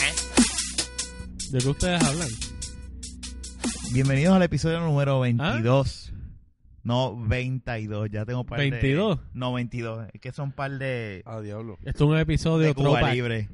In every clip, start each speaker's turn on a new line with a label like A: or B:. A: ¿Eh? ¿De qué ustedes hablan?
B: Bienvenidos al episodio
A: ¿Ah?
B: número 22. No, 22. Ya tengo par de...
A: ¿22?
B: No, 22. Es que son par de...
C: Ah, diablo.
A: Esto es un episodio
B: de
A: de
B: Cuba
A: tropa.
B: Libre.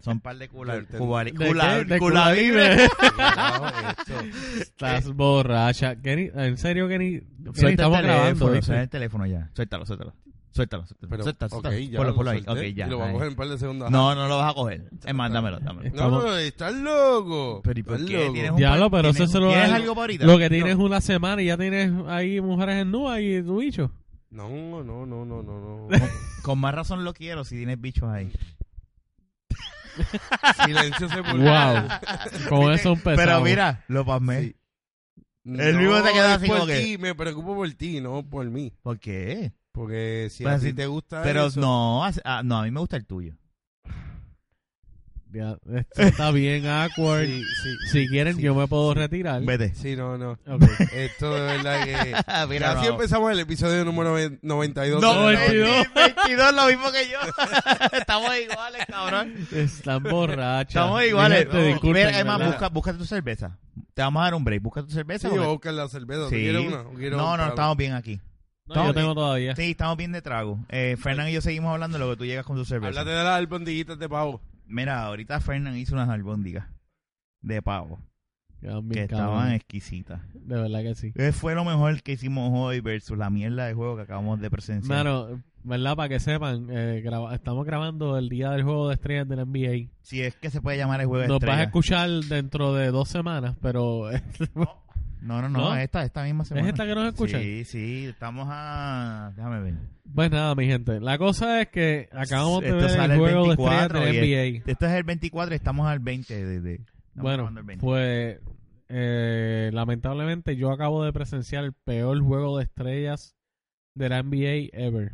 B: Son par de Cuba,
C: Del-
B: Cuba, li-
A: ¿De
B: Cula-
A: qué? De
B: Cula
A: Cuba Ah,
B: Libre.
A: Libre.
C: Carajo, esto.
A: Estás borracha. Kenny, en serio, Kenny.
B: Suelta el
A: estamos grabando.
B: teléfono,
A: dice.
B: suelta el teléfono ya. Suéltalo, suéltalo. Suéltalo, suéltalo.
C: Pero,
B: suéltalo,
C: ok,
B: suéltalo.
C: ya
B: ponlo,
C: lo
B: ponlo ahí.
C: solté
B: Ok, ya.
C: Y lo voy a
B: ahí.
C: coger en un par de segundos.
B: No, no lo vas a coger. Es más, dámelo, dámelo.
C: No, pero estás loco.
B: Pero ¿y por
C: Estás
B: qué?
C: loco.
B: Tienes un
A: Diablo,
B: par-
A: pero ese
B: tienes-
A: celular-
B: ¿Tienes algo para ahorita?
A: Lo que tienes es una semana y ya tienes ahí mujeres en nua y tu bicho.
C: No, no, no, no, no, no.
B: Con más razón lo quiero si tienes bichos ahí.
C: Silencio sepulcral.
A: Wow. Con eso empezamos.
B: Pero mira, lo pasmé.
C: Sí.
B: El mismo te queda
C: queda
B: así como
C: por
B: que-
C: ti, me preocupo por ti, no por mí.
B: ¿Por qué?
C: Porque si
B: Pero
C: a ti
B: si-
C: te gusta
B: Pues Pero
C: eso-
B: no, hace- ah, no, a mí me gusta el tuyo.
A: Ya, esto está bien awkward.
C: Sí, sí.
A: Si quieren,
C: Sí,
A: yo me puedo
C: sí.
A: retirar.
B: Vete.
C: Sí, no, no.
A: Ok.
C: Esto de verdad que...
B: Ah, Mira,
C: Así
B: no.
C: empezamos el episodio número ve- 92.
B: No,
A: No,
B: 22.
A: 22.
B: 22 lo mismo que yo. Estamos iguales, cabrón.
A: Están borrachas.
B: Estamos iguales.
A: Gente,
B: Vamos.
A: disculpen,
B: Mira, Emma,
A: ¿verdad?
B: busca, busca tu cerveza. Te vamos a dar un break. Busca tu cerveza.
C: Sí, yo voy a
B: porque-
C: buscar la cerveza. ¿Tú
B: Sí.
C: quieres una? ¿O quieres
B: No,
C: un
B: no,
C: trago?
B: estamos bien aquí.
A: No, yo tengo todavía.
B: Sí, estamos bien de trago. Eh, Fernán y yo seguimos hablando luego tú llegas con tu cerveza.
C: Háblate de las albondiguitas de pavo.
B: Mira, ahorita Fernán hizo unas albóndigas de pavo
A: Quedan
B: que
A: bien
B: estaban
A: cabrones.
B: exquisitas.
A: De verdad que sí.
B: Eh, Fue lo mejor que hicimos hoy versus la mierda de juego que acabamos de presenciar.
A: Mano, ¿verdad? Para que sepan, eh, graba- estamos grabando el día del juego de estrellas del NBA.
B: Si es que se puede llamar el juego de
A: Nos vas a
B: estrellas.
A: escuchar dentro de dos semanas, pero es
B: No, no, no,
A: ¿No?
B: esta, esta misma semana.
A: esta que nos escuchan.
B: Sí, sí, estamos a... Déjame ver.
A: Pues nada, mi gente. La cosa es que acabamos de
B: Esto
A: ver
B: sale
A: el
B: el
A: juego de
B: 24
A: estrellas del
B: y
A: NBA.
B: Este es el 24, estamos al 20 de... de- estamos
A: Bueno,
B: grabando el 20.
A: pues eh, lamentablemente yo acabo de presenciar el peor juego de estrellas de la NBA ever.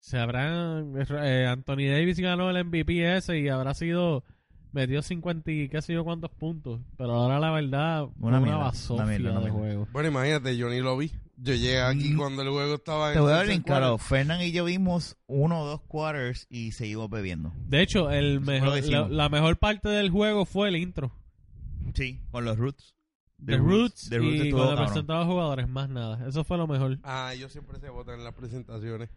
A: Se habrán eh, Anthony Davis ganó el MVP ese y habrá sido metió 50 y qué sé yo cuántos puntos, pero ahora la verdad fue una,
B: Una mierda, una
A: bazofia
B: mierda, una
A: de
B: mierda.
A: juego.
C: Bueno, imagínate, yo ni lo vi. Yo llegué aquí
B: Mm.
C: cuando el juego estaba en...
B: Te voy a
C: tercer
B: brincar.
C: cuarto.
B: oh, Fernan y yo vimos uno o dos quarters y seguimos bebiendo.
A: De hecho, el
B: fue lo
A: mejor-
B: que
A: la,
B: hicimos.
A: la mejor parte del juego fue el intro.
B: Sí, con los Roots.
A: The Roots,
B: The Roots
A: y
B: estuvo
A: cuando
B: cabrón.
A: presentaba a los jugadores, más nada. Eso fue lo mejor.
C: Ah, ellos siempre se votan en las presentaciones.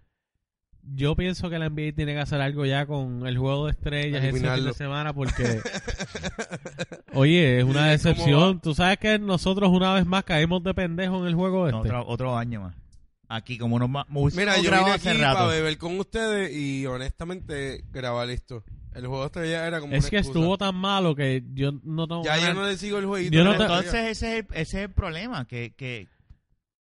A: Yo pienso que la NBA tiene que hacer algo ya con el juego de estrellas ese fin
C: Eliminarlo.
A: de semana porque oye, es una
C: Sí, ¿cómo
A: decepción. Tú sabes que nosotros una vez más caímos de pendejo en el juego
B: No,
A: este.
B: otro, otro año más. Aquí, como nos hemos
C: Mira, yo vine
B: grabado
C: aquí
B: hace rato.
C: para beber con ustedes y honestamente grabar esto. El juego de estrella era como
A: es
C: una
A: que
C: excusa.
A: estuvo tan malo que yo no tengo
C: Ya yo
A: ganas-
C: no le sigo el jueguito.
A: Yo no
C: de
A: te-
C: estrella.
B: Entonces, ese es, el, ese es el problema, que, que,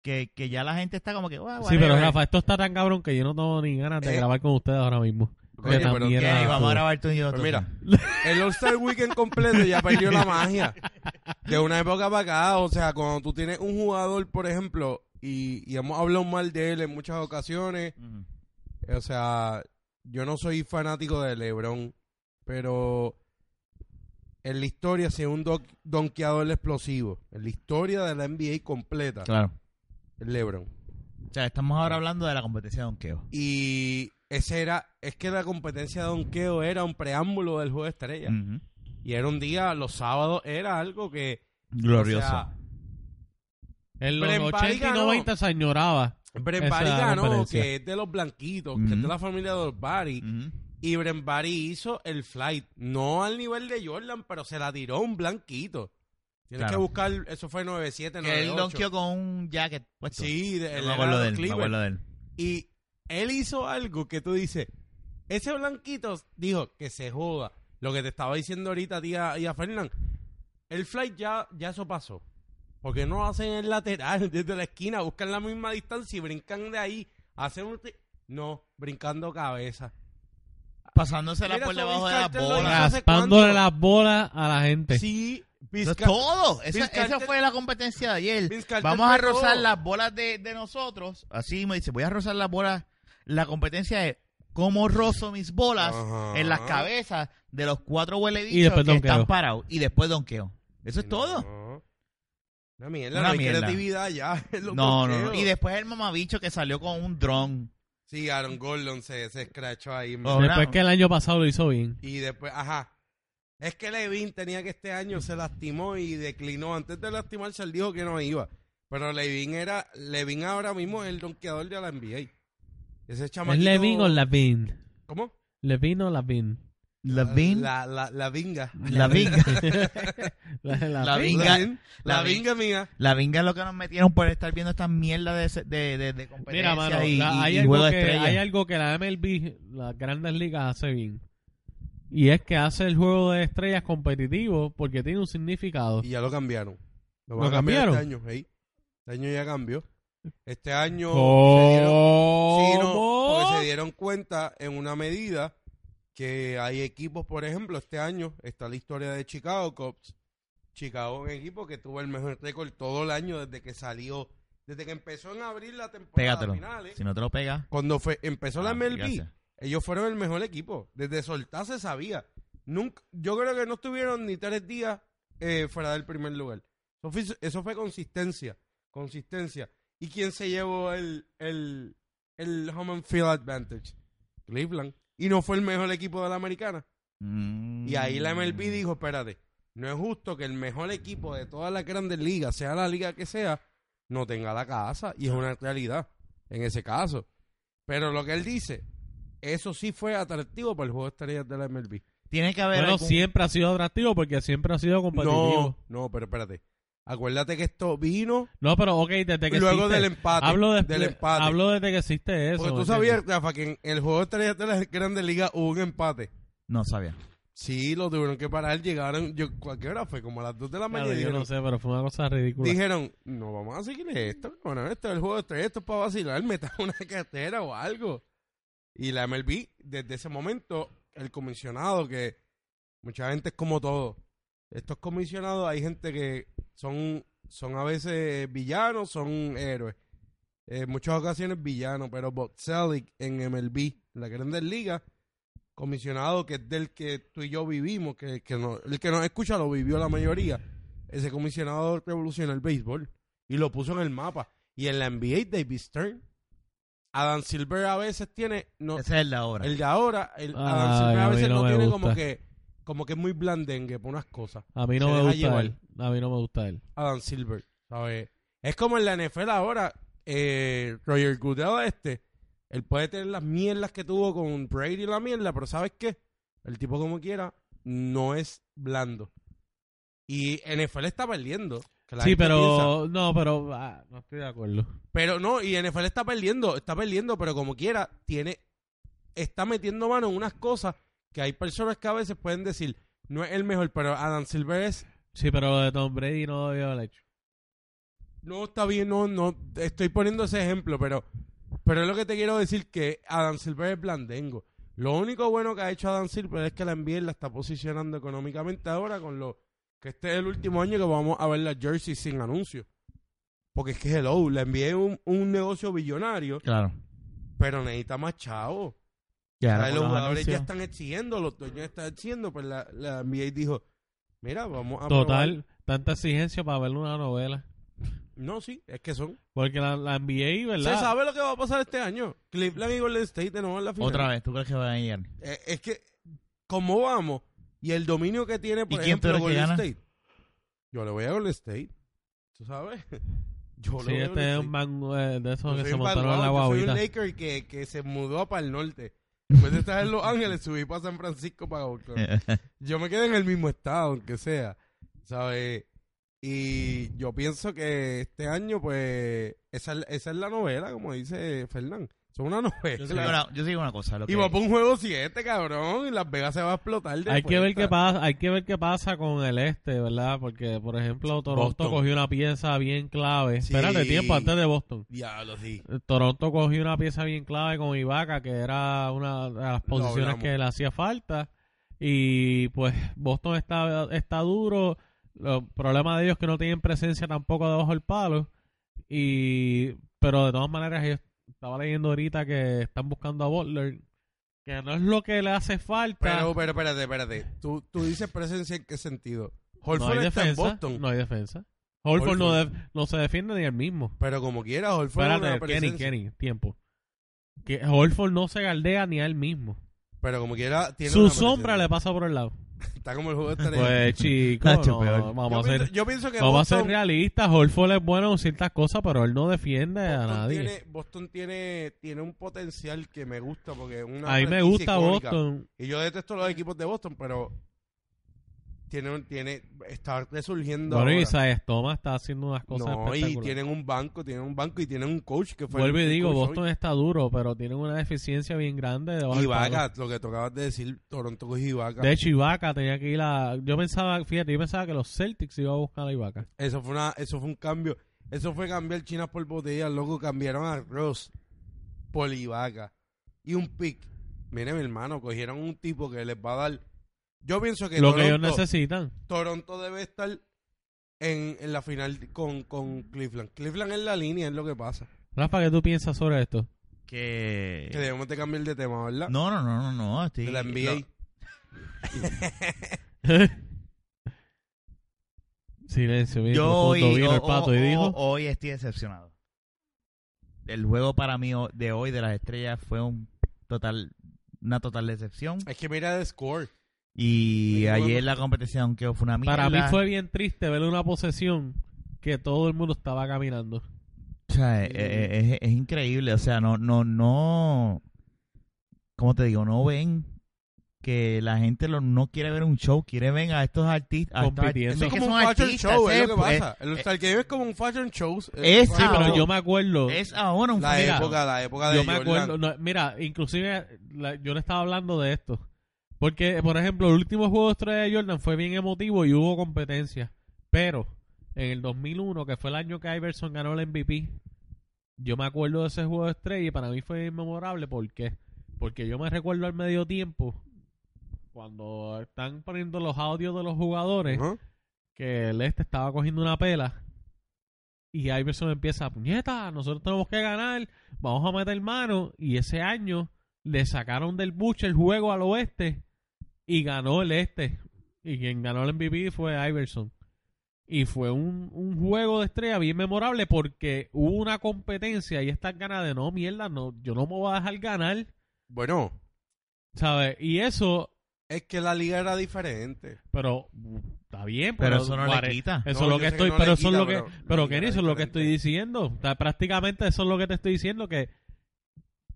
B: que, que ya la gente está como que... "Wow,
A: Sí, pero
B: whatever".
A: Rafa, esto está tan cabrón que yo no tengo ni ganas de
C: Eh.
A: grabar con ustedes ahora mismo.
C: Oye,
A: Esta
C: pero
B: Ok,
A: mierda
C: ¿qué?
B: vamos
A: estuvo.
B: a grabar tú y yo.
C: Pues
B: tú.
C: mira, el All-Star Weekend completo ya perdió la magia. De una época para acá, o sea, cuando tú tienes un jugador, por ejemplo, y, y hemos hablado mal de él en muchas ocasiones,
B: Ujú.
C: o sea, yo no soy fanático de LeBron, pero en la historia si es un doc- donkeador explosivo. En la historia de la NBA completa,
B: Claro.
C: el LeBron.
B: O sea, estamos ahora hablando de la competencia de donkeo.
C: Y ese era, es que la competencia de donkeo era un preámbulo del juego de estrellas.
B: Ujú.
C: Y era un día, los sábados, era algo que...
B: Glorioso.
C: O sea,
A: En los
C: Brent
A: 80 y
C: Bariga no.
A: 90 se añoraba.
C: Brent
A: Esa
C: Bari ganó,
A: competencia.
C: que es de los blanquitos,
B: Ujú.
C: que es de la familia de los Bari.
B: Ujú.
C: Y Brent Bari hizo el flight. No al nivel de Jordan, pero se la tiró un blanquito. Tienes
B: Claro.
C: que buscar, eso fue 97,
B: Que él donkeó
C: 98.
B: con un jacket puesto.
C: Sí, de,
B: Yo
C: él
B: me
C: era
B: acuerdo
C: de
B: de
C: los
B: él, me
C: Clippers.
B: acuerdo de él.
C: Y él hizo algo que tú dices, ese blanquito dijo que se joda. Lo que te estaba diciendo ahorita a ti a- y a Fernán. El flight ya, ya eso pasó. Porque no hacen el lateral desde la esquina, buscan la misma distancia y brincan de ahí. Hacen un... tri- No, brincando cabeza.
B: Pasándosela
C: Mira,
B: por
C: Sovin
B: debajo de las
C: Carter lo
B: bolas.
C: hizo. hace
A: Raspándole
C: cuánto?
A: las bolas a la gente.
C: Sí,
B: Eso es
C: Vizca-
B: todo. Eso,
C: Vince Carter-
B: esa fue la competencia de ayer.
C: Vince Carter
B: Vamos a
C: pegó.
B: rozar las bolas de, de nosotros. Así me dice, voy a rozar las bolas. La competencia es cómo rozo mis bolas
C: Ajá.
B: en las cabezas de los cuatro huele
A: Y después
B: que están
A: donkeo.
B: parados. Y después donqueo. Eso es
C: No.
B: todo.
C: Una mierda,
B: Una
C: no hay
B: mierda.
C: creatividad ya. en los
B: No, no, no.
C: bloqueos.
B: Y después el mamabicho que salió con un dron.
C: Sí, Aaron Gordon se, se escrachó ahí.
B: Oh.
A: Después
B: Ahora-
A: que el año pasado lo hizo bien.
C: Y después, ajá. Es que Levin tenía que este año se lastimó y declinó. Antes de lastimarse, él dijo que no iba. Pero Levin era, Levin ahora mismo es el donkeador de la NBA. Ese
A: ¿Es
C: chamaquito...
A: Levin o Lavin?
C: ¿Cómo?
A: ¿Levin o Lavin?
B: La vinga.
C: La, la, la vinga.
B: La vinga.
A: La, la-
B: La vinga.
C: Levin, La,
B: La
C: vinga mía.
B: La vinga es lo que nos metieron por estar viendo esta mierda de, se- de, de, de competencia
A: Mira, mano,
B: y,
A: la-
B: y-
A: hay,
B: y
A: algo
B: juego de
A: que,
B: estrellas.
A: hay algo que la MLB, las grandes ligas, hace bien. Y es que hace el juego de estrellas competitivo porque tiene un significado.
C: Y ya lo cambiaron. Lo,
A: ¿Lo
C: van a cambiar
A: cambiaron?
C: Este año, hey. Este año ya cambió. Este año... se dieron-
A: ¿Cómo?
C: Sí, no, porque se dieron cuenta en una medida que hay equipos, por ejemplo, este año está la historia de Chicago Cubs. Chicago es un equipo que tuvo el mejor récord todo el año desde que salió, desde que empezó en abril la temporada
B: Pégatelo.
C: final.
B: Si no te lo pegas.
C: Cuando fue, empezó la
B: Ah,
C: MLB,
B: gracias.
C: ellos fueron el mejor equipo. Desde soltar se sabía. Nunca, yo creo que no estuvieron ni tres días eh, fuera del primer lugar. Eso fue, eso fue consistencia. Consistencia. ¿Y quién se llevó el, el, el home and field advantage? Cleveland. Y no fue el mejor equipo de la americana.
B: Mm.
C: Y ahí la MLB dijo, espérate, no es justo que el mejor equipo de todas las grandes ligas, sea la liga que sea, no tenga la casa. Y es una realidad en ese caso. Pero lo que él dice, eso sí fue atractivo para el juego de estrellas de la MLB.
B: Mm. Tiene que haber.
A: Bueno,
B: algún-
A: siempre ha sido atractivo porque siempre ha sido competitivo.
C: No, no, pero espérate. Acuérdate que esto vino
A: No, pero ok, desde que
C: luego
A: existe-
C: del empate.
A: hablo, de-
C: del empate.
A: hablo desde que existe eso.
C: Porque tú
A: ¿me
C: sabías,
A: entiendes?
C: Rafa, que en el juego de estrellas de las grandes ligas hubo un empate.
B: No sabía.
C: Sí, lo tuvieron que parar. Llegaron, yo, ¿a qué hora fue? Como a las 2 de la
A: Claro,
C: mañana. y
A: yo
C: dijeron,
A: no sé, pero fue una cosa ridícula.
C: dijeron, no vamos a seguir esto, bueno, esto es el juego de estrellas, esto es para vacilar, metan una cartera o algo. Y la MLB, desde ese momento, el comisionado, que mucha gente es como todo. Estos comisionados, hay gente que son, son a veces villanos, son héroes. En muchas ocasiones villanos, pero Bob Selig en MLB, en la Grandes Ligas, comisionado que es del que tú y yo vivimos, que, que no, el que nos escucha lo vivió la mayoría ese comisionado revolucionó el béisbol y lo puso en el mapa. Y en la NBA, David Stern. Adam Silver a veces tiene. No,
B: Esa es la obra.
C: el de ahora, el
A: Ay,
C: Adam Silver a
A: a mí
C: veces
A: no
C: no,
A: me
C: tiene
A: gusta.
C: como que. Como que es muy blandengue por unas cosas.
A: a mí
C: se
A: no me
C: deja
A: gusta
C: llevar.
A: él. A mí no me gusta él.
C: Adam Silver, ¿sabes? Es como en la NFL ahora. eh, Roger Goodell este. Él puede tener las mierdas que tuvo con Brady y la mierda, pero ¿sabes qué? El tipo como quiera no es blando. Y NFL está perdiendo. que la
A: Sí,
C: gente piensa,
A: pero. No, pero. ah, no estoy de acuerdo.
C: Pero no, y NFL está perdiendo, está perdiendo, pero como quiera, tiene, está metiendo mano en unas cosas que hay personas que a veces pueden decir, no es el mejor, pero Adam Silver es,
A: Sí, pero lo de Tom Brady no debió haber hecho.
C: Ah, no está bien, no, no, estoy poniendo ese ejemplo, pero, pero es lo que te quiero decir que Adam Silver es blandengo. Lo único bueno que ha hecho Adam Silver es que la NBA la está posicionando económicamente ahora con lo que este es el último año que vamos a ver la jersey sin anuncio. Porque es que hello, la NBA es un, un negocio billonario,
B: Claro.
C: pero necesita más chavo.
B: Y ahora
C: O sea,
B: con
C: los
B: los
C: jugadores ya
B: anuncios-
C: están exigiendo, los dueños están exigiendo, pues la, la NBA dijo, mira, vamos a probar".
A: Total, tanta exigencia para ver una novela.
C: No, sí, es que son.
A: Porque la, la NBA, ¿verdad?
C: Se sabe lo que va a pasar este año. Cleveland y Golden State de nuevo en la final.
B: Otra vez, ¿tú crees que van a llegar?
C: Eh, es que, ¿cómo vamos? Y el dominio que tiene, por
B: ¿Y quién tú
C: ejemplo,
B: crees que
C: Golden
B: gana?
C: State. Yo le voy a Golden State. ¿Tú sabes? Yo
A: Sí,
C: a Golden
A: este es
C: State.
A: un man eh, de esos
C: Yo
A: que
C: soy
A: se
C: un
A: montaron
C: bad
A: en la
C: guy, yo soy
A: guaguita.
C: un Laker que, que se mudó para el norte. Después de estar en Los Ángeles, subí para San Francisco para Oakland. Yo me quedé en el mismo estado, aunque sea. ¿Sabes? Y yo pienso que este año, pues, esa, es- esa es la novela, como dice Fernán. Es una
B: Yo
C: novela.
B: sigo una, yo sigo una cosa. Lo
C: Y
B: que,
C: va para un juego 7, cabrón. Y Las Vegas se va a explotar. de
A: Hay que ver
C: puerta.
A: qué pasa, hay que ver qué pasa con el este, ¿verdad? Porque por ejemplo, Toronto
C: Boston.
A: cogió una pieza bien clave.
C: Sí.
A: Espérate tiempo antes de Boston.
C: Diablo, sí.
A: Eh, Toronto cogió una pieza bien clave con Ibaka, que era una de las posiciones
C: hablamos.
A: que le hacía falta. Y pues Boston está, está duro. El problema de ellos es que no tienen presencia tampoco debajo del palo. Y, pero de todas maneras, ellos estaba leyendo ahorita que están buscando a Butler, que no es lo que le hace falta.
C: Pero, pero, espérate, espérate. Tú, tú dices presencia en qué sentido.
A: no
C: Holford
A: hay
C: está en
A: defensa.
C: Boston.
A: No hay defensa. Holford no,
C: Horford.
A: def- no se defiende ni el mismo.
C: Pero como quiera, Holford es una
A: Espérate, Kenny,
C: presencia.
A: Kenny, tiempo. Que Holford no se galdea ni a él mismo.
C: Pero como quiera, tiene
A: Su
C: una
A: sombra
C: presencia.
A: le pasa por el lado.
C: Está como el juego de estrellas.
A: Pues chico,
B: Nacho,
A: no,
B: peor.
C: yo,
A: vamos a
C: pienso,
A: ser,
C: yo pienso que
A: vamos a ser
C: Boston-
A: realistas. Holford es bueno en ciertas cosas, pero él no defiende a
C: Boston
A: nadie.
C: tiene, Boston tiene, tiene un potencial que me gusta porque es una
A: a mí me gusta
C: franquicia icónica.
A: Boston.
C: Y yo detesto los equipos de Boston, pero tiene, un- tiene está resurgiendo.
A: Bueno, y
C: ahora.
A: Isaias Thomas está haciendo unas cosas
C: no, y
A: espectaculares.
C: tienen un banco, tienen un banco y tienen un coach que fue
A: Vuelvo y
C: el
A: digo,
C: coach hoy.
A: Boston está duro, pero tienen una deficiencia bien grande debajo del palo.
C: Ibaka, lo que tocabas de decir, Toronto cogió Ibaka.
A: De hecho, Ibaka tenía que ir a... Yo pensaba, fíjate, yo pensaba que los Celtics iban a buscar a Ibaka.
C: Eso fue una, eso fue un cambio. Eso fue cambiar China por botella, loco. Cambiaron a Ross por Ibaka. Y un pick. Mire, mi hermano, cogieron un tipo que les va a dar. Yo pienso que,
A: Lo que ellos
C: Toronto,
A: necesitan.
C: Toronto debe estar en, en la final con, con Cleveland. Cleveland es la línea, es lo que pasa.
A: Rafa, ¿qué tú piensas sobre esto?
C: Que
B: Que...
C: debemos de cambiar de tema, ¿verdad?
B: No, no, no, no, no. Estoy...
C: de la NBA.
B: no.
A: Silencio, bien
B: Yo hoy,
A: profundo, vino
B: oh,
A: el pato y
B: oh,
A: dijo...
B: oh, hoy estoy decepcionado. El juego para mí ho- de hoy de las estrellas fue un total una total decepción.
C: Es que mira el score.
B: Y
C: Ay,
B: ayer
C: bueno.
B: la competición, aunque fue una mierda.
A: Para mí fue bien triste ver una posesión que todo el mundo estaba caminando.
B: O sea, eh, eh, es, es increíble. O sea, no, no, no. ¿Cómo te digo? No ven que la gente lo- no quiere ver un show, quiere ver a estos artistas. a estos
A: Compitiendo.
B: artistas.
A: Es
C: Es
B: que
C: como
B: son
C: un fashion
B: artistas,
C: show,
B: eh,
C: es lo que
B: pues,
C: pasa. El
B: eh,
C: All-Star Game es como un fashion show. eh,
B: Es-
C: Ah,
A: Sí, pero
B: Claro.
A: yo me acuerdo...
B: Es ahora un
C: La
B: mira,
C: época, la época de
A: yo me
C: Jordan.
A: acuerdo, no, mira, inclusive la- yo le estaba hablando de esto. Porque, por ejemplo, el último juego de estrella de Jordan fue bien emotivo y hubo competencia. Pero en el 2001, que fue el año que Iverson ganó el MVP, yo me acuerdo de ese juego de estrella y para mí fue inmemorable. ¿Por qué? Porque yo me recuerdo al medio tiempo, cuando están poniendo los audios de los jugadores,
C: Ajá.
A: que el este estaba cogiendo una pela y Iverson empieza, puñeta, nosotros tenemos que ganar, vamos a meter mano y ese año le sacaron del buche el juego al oeste y ganó el este y quien ganó el MVP fue Iverson y fue un, un juego de estrella bien memorable porque hubo una competencia y estas ganas de no mierda no yo no me voy a dejar ganar
C: Bueno,
A: sabes y eso
C: Es que la liga era diferente.
A: pero uh, está bien
B: Pero eso no
A: guare-
B: le quita.
A: Eso
C: No,
A: es lo
C: yo
A: que
C: sé que
A: estoy,
C: no
A: pero
C: le
A: eso es
C: quita,
A: lo que,
C: pero la
A: pero
C: liga
A: Kenny,
C: era
A: eso es lo que estoy
C: diferente.
A: diciendo. O sea, prácticamente eso es lo que te estoy diciendo, que,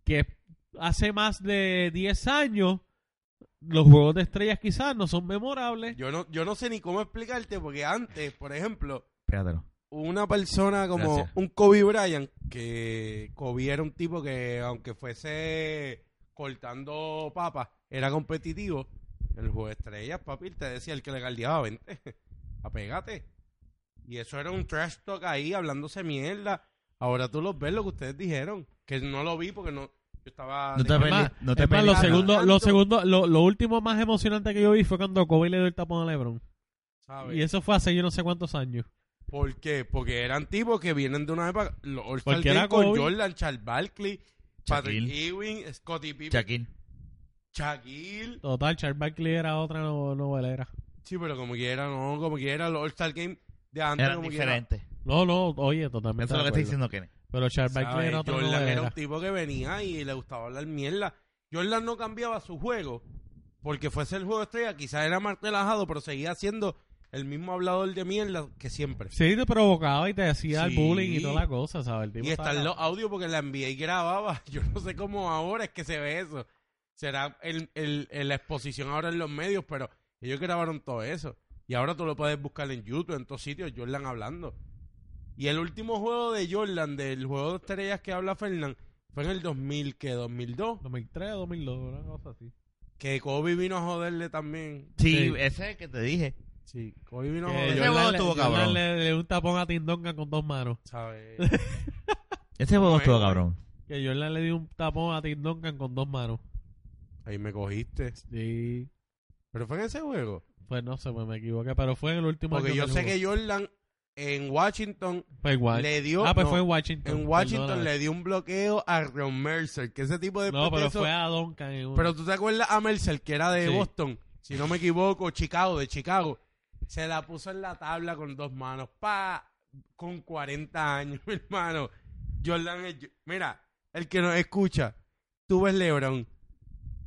A: que hace más de 10 años los juegos de estrellas quizás no son memorables.
C: Yo no, yo no sé ni cómo explicarte, porque antes, por ejemplo,
B: Espératelo.
C: una persona como
B: Gracias.
C: un Kobe Bryant, que Kobe era un tipo que, aunque fuese cortando papas, era competitivo. El juego de estrellas, papi, te decía el que le caldeaba, vente, apégate. Y eso era un trash talk ahí, hablándose mierda. Ahora tú los ves lo que ustedes dijeron, que no lo vi porque no, yo estaba...
B: No te
C: tenía-
A: Es más,
B: no te
A: es más, lo
B: pelees.
A: segundo, lo
C: Tanto.
A: segundo, lo, lo último más emocionante que yo vi fue cuando Kobe le dio el tapón a LeBron.
C: ¿sabes?
A: Y eso fue hace yo no sé cuántos años.
C: ¿Por qué? Porque eran tipos que vienen de una época. Los All-Star
A: Porque
C: Game
A: era
C: con
A: Kobe.
C: Jordan, Charles Barkley, Patrick
B: Shaquille.
C: Ewing, Scottie Pippen,
B: Shaquille.
C: Shaquille.
A: Total, Charles Barkley era otra no- novelera.
C: Sí, pero como quiera, no, como quiera, los All-Star Game de antes,
B: Eran
C: como
B: diferentes.
A: No, no, oye, totalmente.
B: Eso es lo que
A: de
B: estoy
A: acuerdo.
B: diciendo, Kenny.
A: Pero Charles
C: quiera.
A: Barkley
C: ¿sabes?
A: era otra
C: Jordan era un
A: novelera.
C: tipo que venía y le gustaba hablar mierda. Jordan no cambiaba su juego porque fuese el juego de estrella, quizás era más relajado, pero seguía siendo el mismo hablador de mierda que siempre.
A: Sí, te provocaba y te hacía el
C: Sí.
A: bullying y toda la cosa, ¿sabes? El tipo
C: Y
A: estaba-
C: están los audios porque la NBA grababa. Yo no sé cómo ahora es que se ve eso. Será el, el- el- la exposición ahora en los medios, pero ellos grabaron todo eso. Y ahora tú lo puedes buscar en YouTube, en todos sitios, Jordan hablando. Y el último juego de Jordan, del juego de estrellas que habla Fernán, fue en el 2000, que 2002,
A: 2003, 2002, una cosa así.
C: que Kobe vino a joderle también.
A: Sí.
B: Sí, ese es el que te dije.
C: Sí, Kobe vino a
A: Que
C: joderle.
B: yo- juego
A: le-
B: estuvo
A: Jordan
B: cabrón.
A: Le, le dio un tapón a Tindonga con dos manos.
C: ¿sabes?
B: Ese juego
C: Bueno,
B: estuvo cabrón.
A: Que Jordan le dio un tapón a Tim Duncan con dos manos.
C: Ahí me cogiste.
A: Sí.
C: Pero fue en ese juego.
A: Pues no sé, pues me equivoqué, pero fue en el último
C: Porque
A: año
C: yo
A: del
C: sé
A: juego.
C: que Jordan en Washington
A: Fue igual.
C: le dio.
A: ah, pues
C: no,
A: fue en Washington.
C: En Washington
A: perdóname.
C: le dio un bloqueo a Ron Mercer, que ese tipo de
A: No, pero
C: eso-
A: fue a Duncan. en un-
C: Pero tú te acuerdas a Mercer, que era de
A: Sí.
C: Boston, si no me equivoco, Chicago, de Chicago. Se la puso en la tabla con dos manos, pa, con 40 años, mi hermano. Jordan es- Mira, el que nos escucha, tú ves LeBron.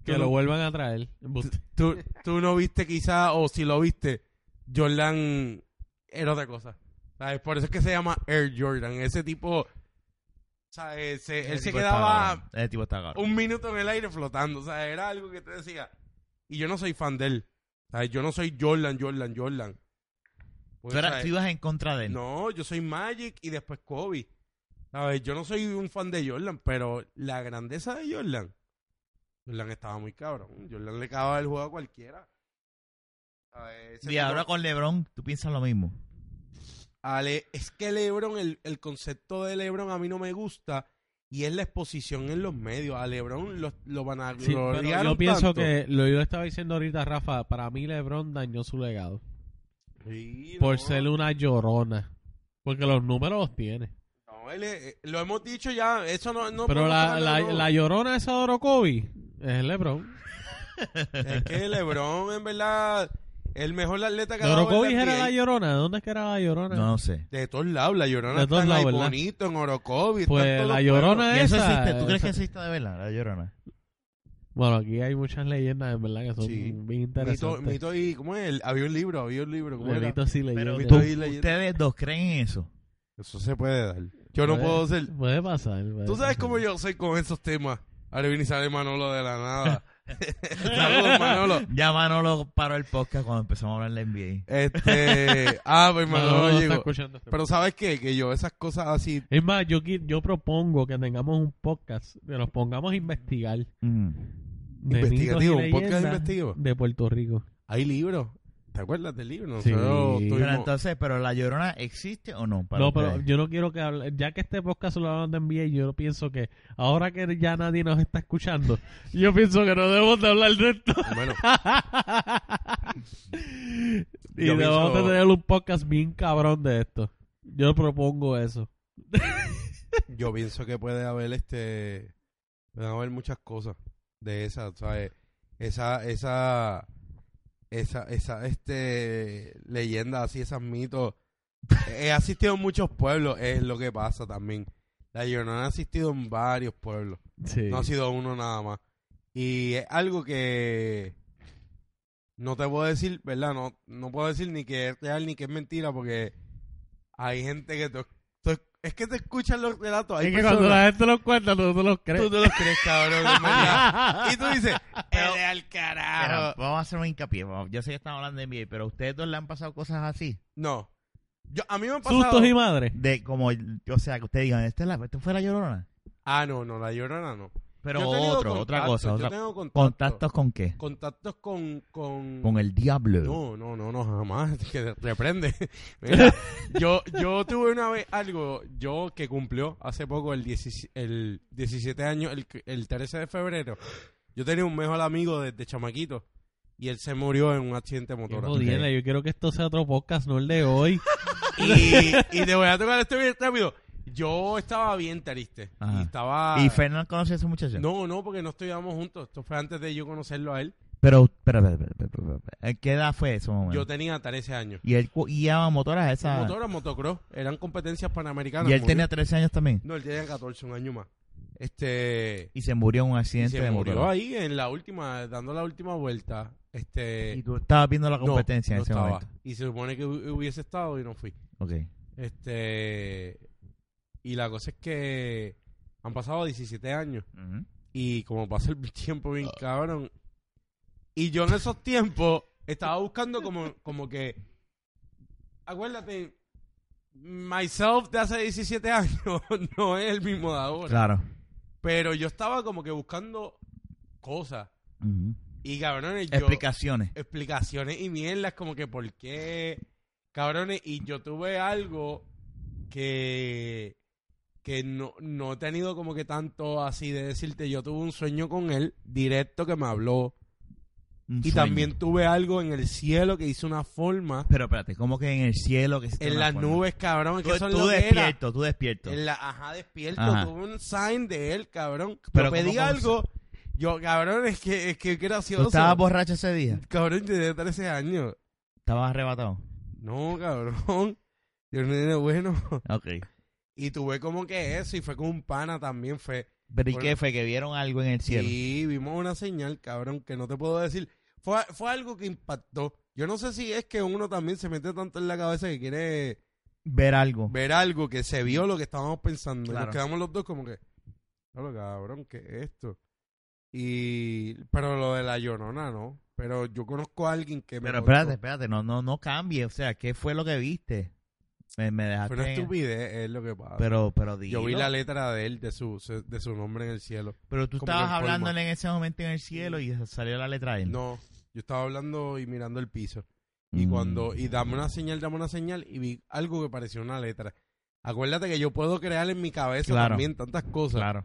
A: que lo vuelvan a traer. Embuste.
C: Tú, tú no viste quizá, o si lo viste, Jordan era otra cosa. ¿Sabes? Por eso es que se llama Air Jordan. Ese tipo, ¿sabes? Se- él
B: Ese
C: se
B: tipo está cabrón.
C: quedaba
B: Ese tipo está cabrón.
C: un minuto en el aire flotando. O sea, era algo que te decía. Y yo no soy fan de él. ¿Sabes? Yo no soy Jordan, Jordan, Jordan. Pues,
B: Tú, eras-
C: ¿sabes?
B: tú ibas en contra de él.
C: No, yo soy Magic y después Kobe. ¿Sabes? Yo no soy un fan de Jordan, pero la grandeza de Jordan. Jordan estaba muy cabrón. Jordan le cagaba el juego a cualquiera. ¿Sabes? Ese
B: y ahora
C: tipo-
B: con LeBron, tú piensas lo mismo.
C: Ale, es que LeBron, el, el concepto de LeBron a mí no me gusta y es la exposición en los medios. A LeBron lo, lo van a
A: Sí, pero yo pienso que lo yo estaba diciendo ahorita, Rafa, para mí LeBron dañó su legado. Por ser una llorona. Porque los números los tiene.
C: eh, lo hemos dicho ya, eso no... no
A: Pero
C: podemos
A: la,
C: hablar
A: la,
C: de
A: la llorona esa de Orocovi es LeBron.
C: LeBron. Es que LeBron, en verdad, el mejor atleta que ha dado
A: Orocovi
C: el
A: era
C: NBA.
A: la llorona. ¿De dónde es que era la llorona?
B: No, no sé.
C: De todos lados, la llorona
A: De todos
C: está en
A: lados,
C: ahí
A: ¿verdad?
C: bonito, en Orocovi. está en
A: pues
C: todos
A: la
C: los pueblos.
A: llorona
B: ¿Y eso
A: esa.
B: existe? ¿Tú crees que
A: esa-
B: existe de verdad, la llorona?
A: Bueno, aquí hay muchas leyendas, en verdad, que son
C: Sí.
A: bien
C: Mito,
A: interesantes.
C: mito y... ¿Cómo es? Había un libro, había un libro. ¿cómo era?
A: Mito sí leyendas.
B: Pero
C: Mito
B: tú-
C: y leyenda.
B: ustedes dos creen en eso.
C: Eso se puede dar. Yo no
A: Puede-
C: puedo ser...
A: Puede pasar. puede
C: Tú sabes
A: pasar.
C: cómo yo soy con esos temas. Ahora viene y sale Manolo de la nada. Saludos, Manolo.
B: Ya Manolo paró el podcast cuando empezamos a hablar de NBA.
C: Este. Ah, pues
A: No, no,
C: Manolo
A: no está
C: llegó.
A: escuchando este
C: Pero ¿sabes qué? Que yo esas cosas así.
A: Es más, yo, qui- yo propongo que tengamos un podcast, que nos pongamos a investigar. Mm. de
C: Investigativo,
A: mitos y
C: un podcast
A: leyendas
C: investigativo.
A: De Puerto Rico.
C: Hay libros. ¿Te acuerdas del libro?
A: Sí.
C: Nosotros
A: Pero
B: Pero
C: tuvimos-
B: entonces, ¿pero la llorona existe o no? para
A: no, pero
B: ustedes?
A: yo no quiero que hable, ya que este podcast lo hablan de NBA, yo pienso que ahora que ya nadie nos está escuchando, yo pienso que no debemos de hablar de esto.
C: Bueno,
A: y
C: Yo
A: debemos
C: pienso-
A: de tener un podcast bien cabrón de esto. Yo propongo eso.
C: yo pienso que puede haber este. Pueden haber muchas cosas de esas, ¿sabes? Esa, esa. Esa, esa, este. Leyenda así, esas mitos. He asistido en muchos pueblos, es lo que pasa también. La Llorona ha asistido en varios pueblos.
A: Sí.
C: No ha sido uno nada más. Y es algo que no te puedo decir, ¿verdad? No, no puedo decir ni que es real ni que es mentira porque hay gente que... Te, tú- es que te escuchan los relatos. Hay
A: es que cuando
C: personas-
A: la gente lo cuenta, tú no lo crees.
C: Tú te los crees, cabrón. en verdad. y tú dices,
B: Pero-
C: "Ele al
B: Espera,
C: carajo!
B: vamos a hacer un hincapié. vamos. Yo sé que estamos hablando de NBA, pero a ustedes dos le han pasado cosas así.
C: No. Yo, a mí me han pasado...
A: Sustos y madre.
B: De como, o sea, que ustedes digan, ¿esta, es la- esta fue la llorona?
C: Ah, no, no, la llorona no.
B: Pero
C: Yo he tenido
B: otro, otra
C: contactos,
B: cosa.
C: Yo
B: otra-
C: tengo contactos.
B: ¿Contactos con qué?
C: Contactos con... con...
B: Con el diablo.
C: No, no, no, no, jamás. Que reprende. Mira, yo, yo tuve una vez algo, yo que cumplió hace poco el, 17 el 17 años, el, el 13 de febrero. Yo tenía un mejor amigo desde chamaquito y él se murió en un accidente
A: Qué
C: motor.
A: jodienda, yo quiero que esto sea otro podcast, no el de hoy.
C: Y, y te voy a tocar esto bien rápido. Yo estaba bien triste.
B: Ajá.
C: Y estaba...
B: ¿Y Fernán conoce a ese muchacho?
C: ah. no, no, porque no estudiábamos juntos. Esto fue antes de yo conocerlo a él.
B: Pero, espera, espera, espera, espera, espera, espera. ¿En ¿Qué edad fue eso, momento?
C: Yo tenía 13 años.
B: y él cu- guiaba motoras a esa...
C: Motora, motocross, eran competencias panamericanas.
B: y él
C: murió.
B: tenía 13 años también.
C: No, él tenía 14, un año más. Este.
B: Y se murió en un
C: y
B: accidente
C: se
B: de
C: murió
B: motor.
C: ahí en la última, dando la última vuelta. Este.
B: Y tú estabas viendo la
C: no,
B: competencia
C: no
B: en ese
C: estaba.
B: momento.
C: Y se supone que hu- hubiese estado y no fui.
B: Ok.
C: Este. Y la cosa es que han pasado 17 años.
B: Ujú.
C: Y como pasa el tiempo
B: Ah.
C: bien cabrón. Y yo en esos tiempos estaba buscando como, como que. Acuérdate, myself de hace 17 años no es el mismo de ahora.
B: Claro.
C: Pero yo estaba como que buscando cosas.
B: Ujú.
C: Y cabrones, yo.
B: Explicaciones.
C: Explicaciones y mierdas, como que por qué. Cabrones, y yo tuve algo que. Que no, no he tenido como que tanto así de decirte. Yo tuve un sueño con él directo que me habló.
B: Un
C: Y
B: sueño.
C: también tuve algo en el cielo que hizo una forma.
B: Pero espérate, ¿cómo que en el cielo? Que existe
C: En
B: una
C: las
B: forma?
C: nubes, cabrón.
B: Tú,
C: Que eso es
B: tú
C: lo que era.
B: despierto, tú despierto.
C: En la, ajá, despierto.
B: Ajá.
C: Tuve un sign de él, cabrón.
B: Pero
C: Pero pedí
B: ¿cómo- cómo
C: algo. Yo, cabrón, es que, es que
B: ¿Tú
C: gracioso.
B: estabas borracho ese día?
C: Cabrón, tenía 13 años.
B: ¿Estabas arrebatado?
C: No, cabrón. Yo no era bueno.
B: Ok.
C: Y tuve como que eso. Y fue con un pana también. Fue,
B: Pero ¿y
C: Bueno.
B: qué fue? Que vieron algo en el cielo.
C: Sí, vimos una señal, cabrón, que no te puedo decir. Fue, fue algo que impactó. Yo no sé si es que uno también se mete tanto en la cabeza que quiere
B: Ver algo.
C: ver algo que se vio lo que estábamos pensando. Y
B: Claro.
C: nos quedamos los dos como que, "Diablo, cabrón, ¿qué es esto? Y, pero lo de la llorona, no. Pero yo conozco a alguien que me.
B: Pero
C: contó.
B: espérate, espérate, no, no, no cambie. O sea, ¿qué fue lo que viste? Me, me dejaste.
C: Fue una
B: en-
C: estupidez, es lo que pasa.
B: pero, pero dilo.
C: yo vi la letra de él, de su, de su nombre en el cielo.
B: Pero tú
C: como que
B: estabas
C: en polvo.
B: hablándole en ese momento en el cielo y salió la letra de él.
C: No, yo estaba hablando y mirando el piso. Y
B: Mm.
C: cuando, y dame una señal, dame una señal, y vi algo que pareció una letra. Acuérdate que yo puedo crear en mi cabeza
B: Claro.
C: también tantas cosas
B: Claro.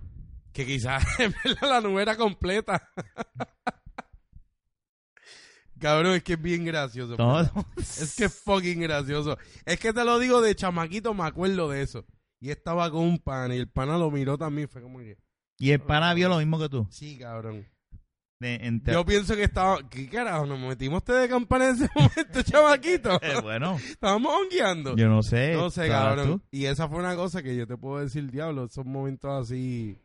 C: que quizás en verdad la nube era completa. Cabrón, es que es bien gracioso. en
B: Todo.
C: verdad. Es que es fucking gracioso. Es que te lo digo de chamaquito, me acuerdo de eso. Y estaba con un pana y el pana lo miró también. Fue como que,
B: Y el pana vio lo mismo que tú.
C: sí, cabrón.
B: De- en-
C: Yo pienso que estaba. ¿Qué carajo? ¿Nos metimos te de campana en ese momento, chamaquito?
B: Eh, bueno,
C: Estábamos hongueando.
B: yo no sé.
C: No sé,
B: sabrás
C: cabrón.
B: tú.
C: Y esa fue una cosa que yo te puedo decir, diablo. Son momentos así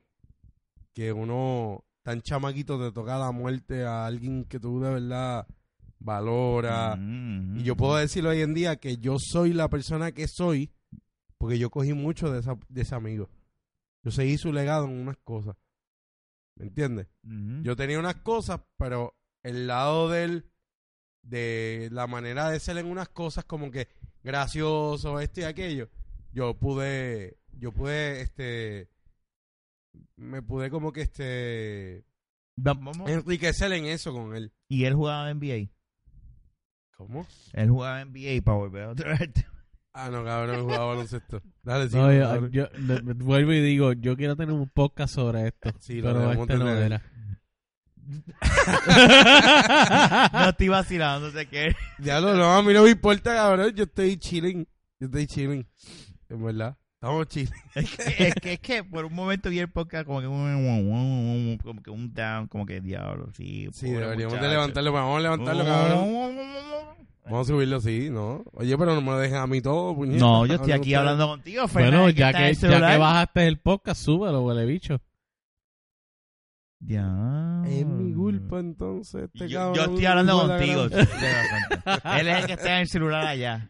C: que uno tan chamaquito te toca la muerte a alguien que tú de verdad valora.
B: Mm,
C: Y yo
B: mm.
C: puedo decirlo hoy en día que yo soy la persona que soy porque yo cogí mucho de, esa- de ese amigo. Yo seguí su legado en unas cosas. ¿Me entiendes?
B: Mm.
C: Yo tenía unas cosas, pero el lado de él, de la manera de ser en unas cosas como que gracioso, esto y aquello, yo pude, yo pude, este, me pude como que, este,
B: Va- vamos.
C: enriquecer en eso con él.
B: Y él jugaba NBA.
C: ¿Cómo?
B: Él jugaba NBA para volver otra vez. al tema.
C: Ah, no, cabrón, jugaba baloncesto. Dale, sí.
A: No, yo,
C: cabrón.
A: yo- de- de- vuelvo y digo, yo quiero tener un podcast sobre esto,
C: Sí, lo
A: pero
C: debemos
A: este no
C: tener.
A: era.
B: No estoy vacilando, no sé qué.
C: Diablo, no, a mí no me importa, cabrón, yo estoy chilling, yo estoy chilling, en verdad. Estamos chilling.
B: es, que, es que por un momento vi el podcast como que un, como que un down, como que diablo, sí.
C: Sí,
B: pobre
C: deberíamos de
B: muchacho.
C: levantarlo, vamos a
A: Oh.
C: levantarlo, cabrón. Vamos a subirlo, sí, ¿no? Oye, pero no me dejes a mí todo, puñeta.
B: No, yo estoy
C: Hablen
B: aquí
C: ustedes.
B: hablando contigo, Fernández.
A: Bueno, ya
B: está en
A: que,
B: el
A: ya
B: celular.
A: que bajaste el podcast, súbelo, huele bicho.
B: Ya.
C: Es mi culpa, entonces. Este
B: Mm. Yo,
C: cabrón
B: yo estoy hablando
C: hijo de la
B: contigo.
C: gran-
B: sí, te das cuenta. Él es el que está en el celular allá.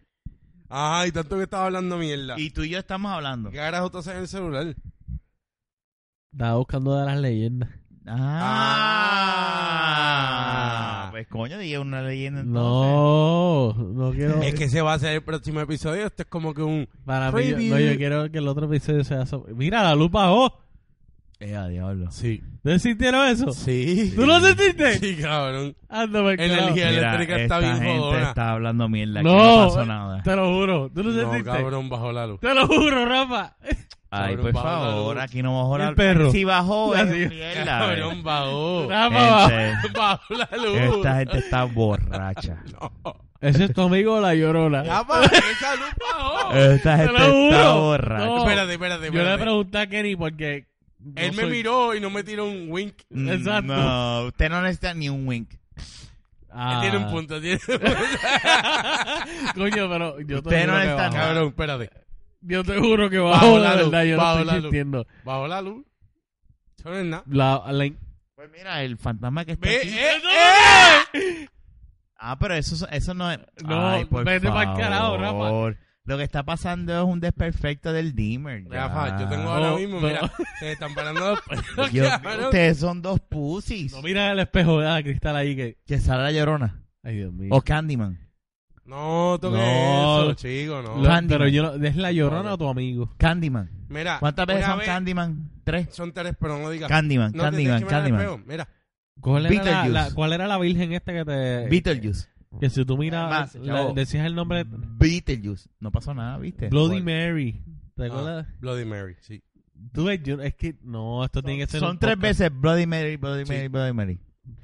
C: Ay, tanto que estaba hablando mierda.
B: Y tú y yo estamos hablando.
C: ¿Qué carajo tú haces en el celular?
A: Estaba buscando de las leyendas.
B: Ah,
C: Ah.
B: pues coño, dije una leyenda. Entonces.
A: No, no quiero.
C: Es que ese va a ser el próximo episodio. Esto es como que un...
A: para mí, yo- no,
C: preview.
A: yo quiero que el otro episodio sea sobre. Mira, la luz bajó.
B: Eh, a diablo.
C: Sí.
A: ¿Ustedes sintieron eso?
C: Sí.
A: ¿Tú lo sentiste?
C: Sí, cabrón.
A: Anda, me
B: Mira,
C: Energía eléctrica
B: esta
C: está bien
B: gente
C: jodona.
B: está hablando mierda. aquí
A: No.
B: no pasó nada.
A: Te lo juro. ¿Tú lo
C: No,
A: sentiste?
C: cabrón, bajo la luz.
A: Te lo juro, Rafa.
B: Ay,
C: Cabrón,
B: por
C: bajo la
B: favor,
C: luz.
B: aquí no bajó la
A: El perro.
B: Si bajó,
A: La
B: es
A: sí.
B: mierda. eh.
C: Cabrón, bajo.
A: Rafa,
B: Gente,
C: Bajo la luz.
B: esta gente está borracha.
C: No.
A: Ese es tu amigo La Llorona.
C: Ya, pa, esa luz bajó.
B: Esta
A: Te lo
B: gente este está
A: juro.
B: borracha.
A: No.
C: Espérate, espérate,
A: Yo le
C: espérate.
A: pregunté a Kenny porque. no
C: Él me
A: soy-
C: miró y no me tiró un wink.
B: Mm,
A: Exacto.
B: No, usted no necesita ni un wink.
A: Ah.
C: Tiene un punto, tiene un punto.
A: Coño, pero yo te
B: Ustedes
A: juro
B: no
A: que
B: están-
A: bajo.
C: Cabrón, espérate.
A: Yo te juro que bajo,
C: Bajo
A: la
C: la luz,
A: verdad. Yo
C: bajo
A: no
C: la
A: estoy
C: luz.
A: sintiendo.
C: Bajo la luz. Eso no es nada.
A: La, la,
B: Pues mira, el fantasma que está
C: Ve,
B: aquí.
C: eh,
B: Ah, pero eso, eso no es...
A: No,
B: Ay, por
A: vete pa'l
B: favor.
A: carajo,
B: Lo que está pasando es un desperfecto del dimmer. ya.
C: Rafa, yo tengo
A: No,
C: ahora mismo,
A: no.
C: mira, se me están parando los pelos,
B: Yo-
C: cabrón.
B: ustedes son dos pussies.
A: No mira el espejo de la cristal ahí que.
B: Que sale la llorona.
A: Ay, Dios mío.
B: O Candyman.
C: No, toque
A: No.
C: eso, chico, no.
A: Lo-
B: Candyman.
A: pero yo no- ¿Es la llorona o tu amigo?
B: Candyman.
C: Mira,
B: ¿Cuántas veces
C: Ah, una
B: son
C: vez-
B: Candyman? Tres.
C: Son tres, pero no digas.
B: Candyman,
C: No te tienes
B: Candyman,
C: que mirar al
B: Candyman.
C: espejo, Mira,
A: ¿Cuál era, la,
B: Beetlejuice.
A: la- cuál era la virgen esta que te.
B: Beetlejuice.
A: Que si tú miras.
B: Además,
A: la-
B: chavo.
A: decías el nombre.
B: Beetlejuice. No pasó nada, ¿viste?
A: eh, Bloody
B: Bueno.
A: Mary. ¿Te acuerdas?
C: Bloody Mary, sí.
A: Tú ves, yo- es que. No, esto tiene que ser.
B: Son
A: un
B: tres
A: podcast,
B: veces Bloody Mary, Bloody
C: Sí.
B: Mary, Bloody Mary.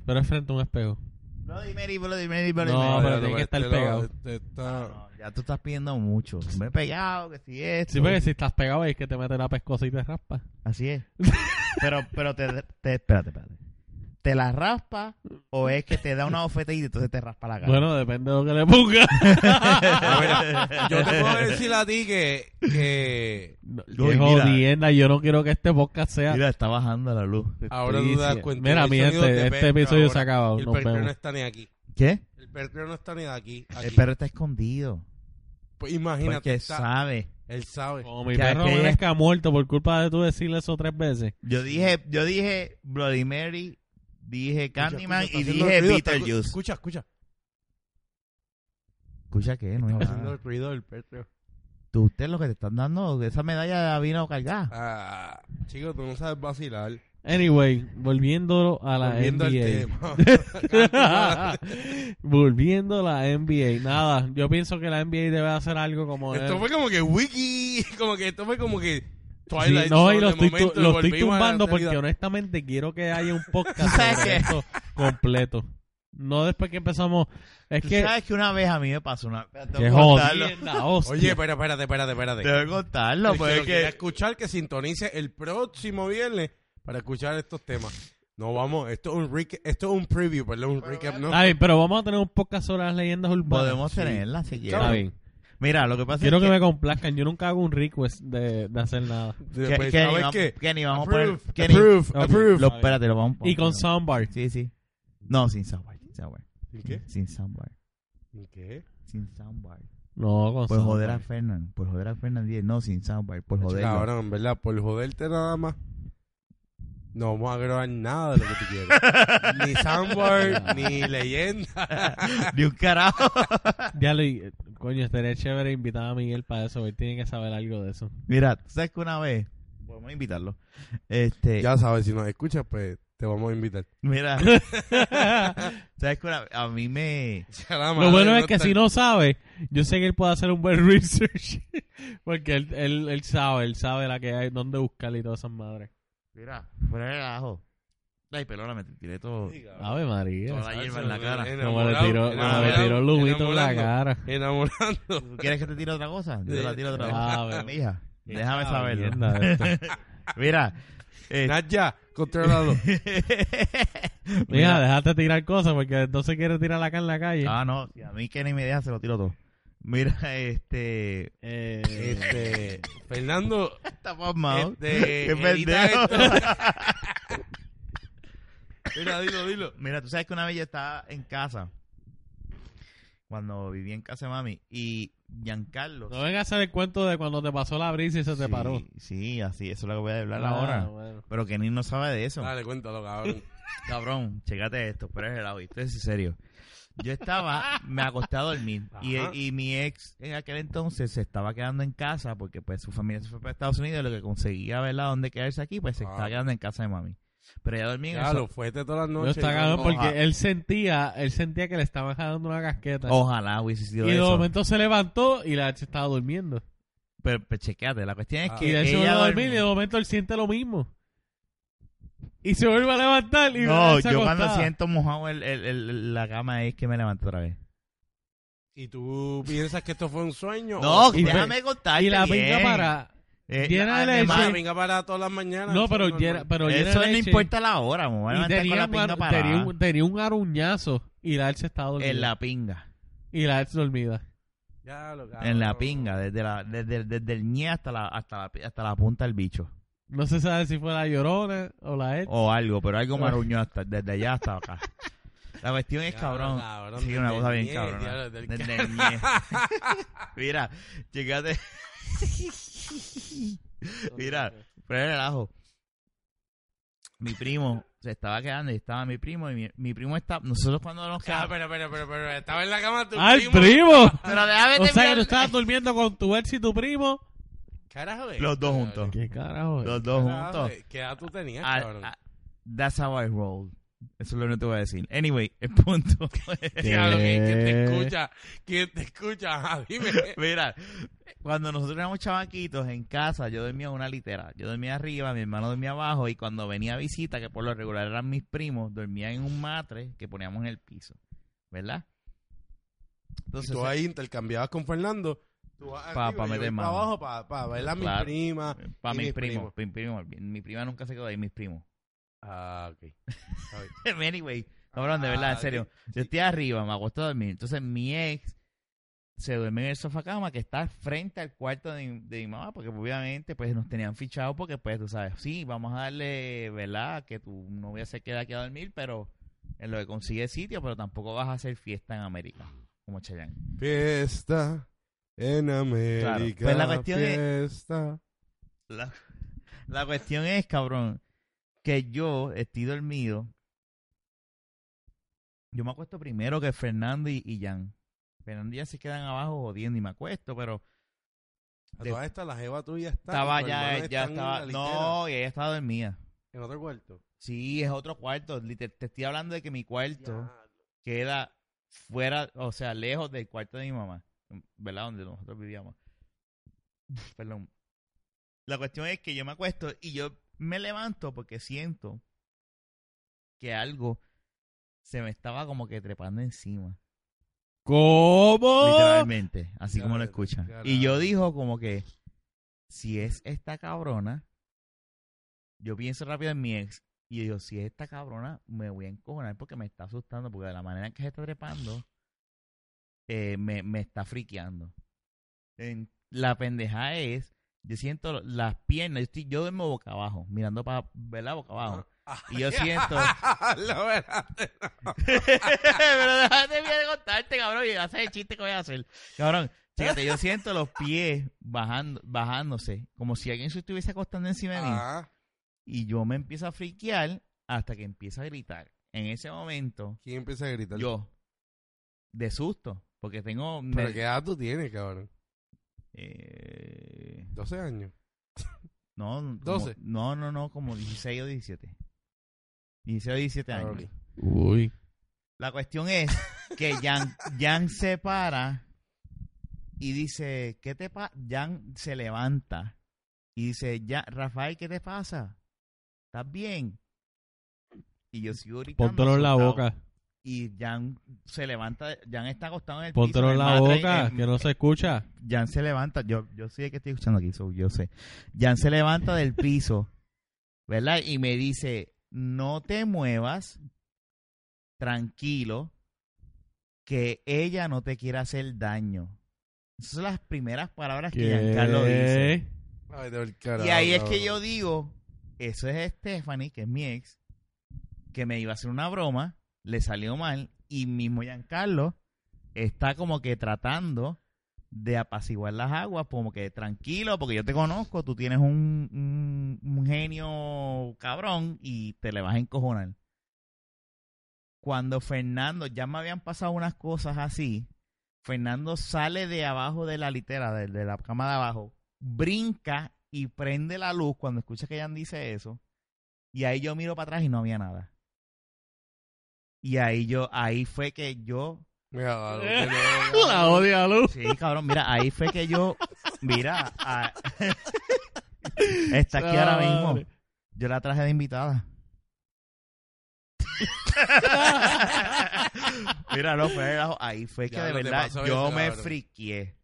A: Pero es frente a un espejo.
B: Bloody Mary, Bloody Mary, Bloody
A: No,
B: Mary.
A: pero
C: Mira,
A: tiene que estar
C: este lo-
A: pegado.
C: este está-
B: No, ya tú estás pidiendo mucho. Me he pegado, que si esto.
A: Sí, porque si estás pegado es que te mete la pescosa y te raspa.
B: Así es. pero, pero te, te, espérate, espérate. ¿Te la raspa o es que te da una bofeta y entonces te raspa la cara?
A: Bueno, depende de lo que le ponga.
C: Yo te puedo decir a ti que, que
A: No,
B: Uy,
A: qué
B: mira.
A: jodienda, yo no quiero que este podcast sea.
B: Mira, está bajando la luz.
C: ahora tú te das
A: Sí, sí.
C: cuenta.
A: Mira,
C: el
A: mi
C: sonido
A: gente,
C: de
A: este
C: perro
A: episodio se
C: ahora.
A: acaba.
C: El
A: Nos
C: perro no
A: vemos.
C: está ni aquí.
B: ¿Qué?
C: El perro no está ni aquí.
B: El
C: aquí.
B: perro está escondido.
C: Pues imagínate,
B: Porque
C: está-
B: sabe.
C: él sabe.
A: Como mi
B: Que
A: perro
B: aquella-
A: merezca muerto por culpa de tú decirle eso tres veces.
B: Yo dije, yo dije Bloody Mary, dije Candyman
C: Escucha,
B: y
C: escucha, está haciendo
B: dije
C: el ruido, está-
B: Beetlejuice. Ah.
C: Escucha, escucha.
B: Escucha que no es
C: Está haciendo
B: nada.
C: el ruido del perro.
B: Tú, usted lo que te están dando, esa medalla vino cargada.
C: Ah, chico, tú no sabes vacilar.
A: Anyway, volviendo a la
C: Volviendo al
A: NBA.
C: tema.
A: volviendo a la NBA. Nada, yo pienso que la NBA debe hacer algo como.
C: esto
A: el-
C: fue como que wiki, como que esto fue como que
A: Sí,
C: Twilight
A: no, y
C: Zone,
A: lo
C: de
A: estoy, tu-
C: momento,
A: lo
C: y
A: estoy
C: volvimos a la
A: tumbando porque
C: realidad.
A: honestamente quiero que haya un podcast
B: ¿Sabes
A: sobre
B: qué?
A: esto completo. No después que empezamos. Es
B: Tú
A: que.
B: sabes que una vez a mí me pasó una... Tengo
A: ¡Qué
B: que contarlo.
A: jodienda, hostia.
C: Oye, espérate, espérate, espérate, espérate.
B: Tengo que contarlo,
C: El que
B: pues
C: lo
B: es
C: quiera
B: que...
C: escuchar que sintonice el próximo viernes para escuchar estos temas. No vamos, esto es un rec- esto es un preview, perdón, un recap, no.
A: Está bien, pero vamos a tener un podcast sobre las leyendas urbanas.
B: Podemos tenerla si
A: Está
B: quieres.
A: bien.
B: Mira, lo que pasa
A: Quiero
B: es
A: que,
B: que...
A: me complazcan. Yo nunca hago un request de, de hacer nada.
C: Pues,
B: que- que ni
C: ¿sabes
B: vamos-
C: qué?
B: que ni vamos a poner...
C: Approve,
B: que ni-
C: approve,
A: Ok.
C: approve.
B: Lo, espérate, lo vamos a
A: Y con soundbar.
B: Sí, sí. No, sin soundbar, sin soundbar.
C: ¿En qué?
B: Sin soundbar.
C: ¿En qué?
B: Sin soundbar.
A: No, con
B: Por
A: soundbar.
B: Pues, joder a Fernan. Por joder a Fernan Díez. No, sin soundbar. Por joder.
C: Cabrón, ¿verdad? Por joderte nada más. No vamos a grabar nada de lo que tú quieres. ni soundboard, ni leyenda.
B: Ni un carajo.
A: Ya lo coño, estaría chévere invitar a Miguel para eso, él tiene que saber algo de eso.
B: Mira, tú sabes que una vez. Podemos invitarlo. Este.
C: Ya sabes, si nos escuchas, pues te vamos a invitar.
B: Mira. sabes que una vez. A mí me.
A: Lo bueno es que si no sabe, yo sé que él puede hacer un buen research, porque él, él, él sabe, él sabe la que hay, dónde buscar y todas esas madres.
B: Mira, fuera de relajo. Ay, perdóname, te tiré todo.
A: Ave María,
B: Toda la hierba en la cara.
A: como le tiró, como le tiró el lumito en la cara.
C: Enamorando.
B: ¿Tú ¿Quieres que te tire otra cosa? Yo te la tiro otra vez.
A: Ah, bueno.
B: Mija, déjame
A: Esta
B: saberlo.
A: mierda de esto.
B: Mira. eh,
C: Nadia, controlado.
A: Mira, déjate tirar cosas porque entonces quiere tirar acá en la calle.
B: Ah, no, si a mí que ni me deja, se lo tiro todo. Mira, este.
A: Eh,
C: Este, Fernando,
B: Está pasmado.
C: Este,
B: Qué
C: edita
B: pendejo.
C: mira, dilo, dilo.
B: Mira, tú sabes que una vez yo estaba en casa. Cuando vivía en casa de mami. Y Giancarlo.
A: no vengas a hacer el cuento de cuando te pasó la brisa y se te
B: sí,
A: paró.
B: Sí, así, eso es lo que voy a hablar
A: Ah,
B: ahora.
A: bueno.
B: Pero Kenny no sabe de eso.
C: Dale, cuéntalo, cabrón.
B: Cabrón, chécate esto, pero es el audio, esto es en serio. Yo estaba, me acosté a dormir y,
C: Ajá.
B: y mi ex en aquel entonces se estaba quedando en casa porque pues su familia se fue para Estados Unidos y lo que conseguía, ¿verdad? Dónde quedarse aquí, pues se
C: Ah.
B: estaba quedando en casa de mami. Pero ella dormía en
C: Ya,
B: el
C: lo fuiste todas las
A: No
C: noches.
A: está cagado
B: Ojalá.
A: porque él sentía, él sentía que le estaban jalando una casqueta.
B: sofá. Ojalá hubiese
A: y
B: sido
A: de
B: Oh, eso.
A: momento se levantó y la H estaba durmiendo.
B: Pero, pero chequeate, la cuestión es
C: Ah.
A: y
B: que
A: de ahí se vuelve
B: ella
A: a dormir y de
B: dormía.
A: momento él siente lo mismo. Y se vuelve a levantar y la
B: No,
A: H
B: yo cuando
A: acostada.
B: siento mojado el- el- el- la cama es que me levanto otra vez.
C: ¿Y tú Oh, piensas que esto fue un sueño?
B: No,
C: ¿O-
A: y
B: déjame contarte
A: Y la
B: bien.
A: pinga para...
B: Eh,
A: llena de
C: Ah,
A: leche.
B: además,
C: venga para todas las mañanas.
A: No, pero,
C: Eso es
A: llena-
C: normal.
A: pero llena
B: Eso
A: de
B: no
A: leche.
B: importa la hora, me voy a
A: Y
B: levantar
A: tenía,
B: con la
A: un
B: pinga
A: ar-
B: parada.
A: tenía un, tenía un aruñazo y la H estaba dormida.
B: En la pinga.
A: Y la H dormida.
C: Ya, lo cabrón.
B: En la pinga. Desde, la, desde, desde el ñe hasta la, hasta, la, hasta la punta del bicho.
A: No se sabe si fue la llorona o la H.
B: O algo, pero algo me arruñó hasta, desde allá hasta acá. La cuestión es,
C: Ya,
B: cabrón.
C: cabrón,
B: Sí, una
C: desde
B: cosa
C: el
B: bien
C: ñe,
B: cabrona.
C: diablo, del
B: Desde el ñe. Mira, chécate. Mira, pero era el ajo. Mi primo se estaba quedando y estaba mi primo. Y mi, mi primo está. Nosotros cuando nos
C: Ya,
B: quedamos.
C: pero, pero, pero, pero, estaba en la cama tu
A: ¡Al
C: primo.
A: primo!
B: Pero déjame
A: O sea, que
B: terminar.
A: tú estabas durmiendo con tu ex y tu primo.
C: Carajo, eh.
B: Los dos juntos.
A: ¿Qué carajo?
B: Los dos
C: Carajo,
B: juntos.
C: eh. ¿Qué edad tú tenías,
B: Ah,
C: cabrón?
B: ah, that's how I roll. Eso es lo que te voy a decir. Anyway, el punto. es-
C: Diablo, ¿quién quién te
B: eh.
A: ¿Qué?
C: escucha? ¿Quién te escucha? Ajá, dime.
B: Mira, cuando nosotros éramos chavaquitos en casa, yo dormía en una litera. Yo dormía arriba, mi hermano dormía abajo y cuando venía a visita, que por lo regular eran mis primos, dormía en un matre que poníamos en el piso. ¿Verdad?
C: Y
B: Entonces,
C: tú ahí intercambiabas con Fernando. Tú vas
B: Pa-
C: arriba,
B: pa
C: yo
B: meter
C: voy
B: mano.
C: pa' abajo para pa, bailar a mi
B: Claro.
C: prima.
B: para
C: y
B: mis
C: mis
B: primos, mi, primo, mi prima nunca se quedó ahí, mis primos.
C: Ah, ok. Está bien.
B: anyway, cabrón, de verdad, en
C: Ah,
B: serio.
C: sí,
B: Yo
C: sí.
B: estoy arriba, me acuesto a dormir. Entonces mi ex se duerme en el sofá cama que está frente al cuarto de, mi- de mi mamá, porque obviamente pues nos tenían fichado porque pues tú sabes, sí, vamos a darle, ¿verdad? Que tu novia se queda aquí a dormir, pero en lo que consigue sitio, pero tampoco vas a hacer fiesta en América, como Chayanne.
C: Fiesta en América.
B: Pues la cuestión es-
C: fiesta.
B: La, la cuestión es, cabrón, que yo estoy dormido. Yo me acuesto primero que Fernando y, y Jan. Fernando y Jan se quedan abajo jodiendo y me acuesto, pero
C: A
B: de-
C: todas estas, la jeva tuya está.
B: estaba
C: y tu
B: ya,
C: hermano
B: ya
C: está en la
B: estaba. No, y ella estaba dormida.
C: litera, En otro cuarto.
B: Sí, es otro cuarto. liter- Te estoy hablando de que mi cuarto
C: Ya.
B: queda fuera, o sea, lejos del cuarto de mi mamá, ¿verdad? Donde nosotros vivíamos. Perdón. La cuestión es que yo me acuesto y yo me levanto porque siento que algo se me estaba como que trepando encima,
A: ¿Cómo?
B: literalmente, así como lo
C: Claro,
B: escuchan.
C: claro.
B: Y yo dijo como que, si es esta cabrona, yo pienso rápido en mi ex y digo, si es esta cabrona, me voy a encojonar porque me está asustando, porque de la manera en que se está trepando, eh, me, me está friqueando. En- la pendeja es, yo siento las piernas, yo, estoy, yo duermo boca abajo, mirando para, ¿verdad? Boca abajo.
C: Ah,
B: Y yo siento-
C: Lo verás.
B: Pero déjate bien de contarte, cabrón, y haces el chiste que voy a hacer. Cabrón, fíjate, yo siento los pies bajando, bajándose, como si alguien se estuviese acostando encima de mí.
C: Ah,
B: Y yo me empiezo a friquear hasta que empiezo a gritar. En ese momento,
C: ¿Quién empieza a gritar?
B: yo, de susto, porque tengo...
C: ¿Pero qué edad tú tienes, cabrón?
B: Eh,
C: 12 años.
B: no, como-
C: 12.
B: no, no, no, como 16 o 17. 16 o 17
C: Ah,
B: años.
C: ok.
A: Uy.
B: La cuestión es que Jan, Jan se para y dice, ¿qué te pasa? Jan se levanta y dice, ya, Rafael, ¿qué te pasa? ¿Estás bien? Y yo sigo gritando.
A: Póntelo en la
B: asustado.
A: boca.
B: Y Jan se levanta, Jan está acostado en el piso.
A: Póntelo en
B: el
A: la
B: madre- em,
A: boca,
B: el-
A: que no se escucha.
B: Jan se levanta, yo, yo sí es que estoy escuchando aquí, so yo sé. Jan se levanta del piso, ¿verdad? Y me dice, no te muevas, tranquilo, que ella no te quiere hacer daño. Esas son las primeras palabras que Giancarlo dice.
A: ¿Qué?
C: Ay, del carajo,
B: Y ahí es
C: cabrón.
B: que yo digo, eso es Stephanie, que es mi ex, que me iba a hacer una broma, le salió mal, y mismo Giancarlo está como que tratando de apaciguar las aguas, como que tranquilo, porque yo te conozco, tú tienes un, un- un genio cabrón y te le vas a encojonar. Cuando Fernando, ya me habían pasado unas cosas así, Fernando sale de abajo de la litera, de, de la cama de abajo, brinca y prende la luz cuando escucha que Jan dice eso. Y ahí yo miro para atrás y no había nada. Y ahí yo, ahí fue que yo.
C: Mira, cabrón, que no, cabrón.
A: La odia luz.
B: Sí, cabrón, mira, ahí fue que yo. Mira, a- está aquí ahora mismo. Yo la traje de invitada. Mira, no fue relajo. Ahí fue que
C: Ya,
B: de
C: lo que
B: verdad
C: pasó
B: yo
C: eso,
B: me
C: cabrón.
B: friqué.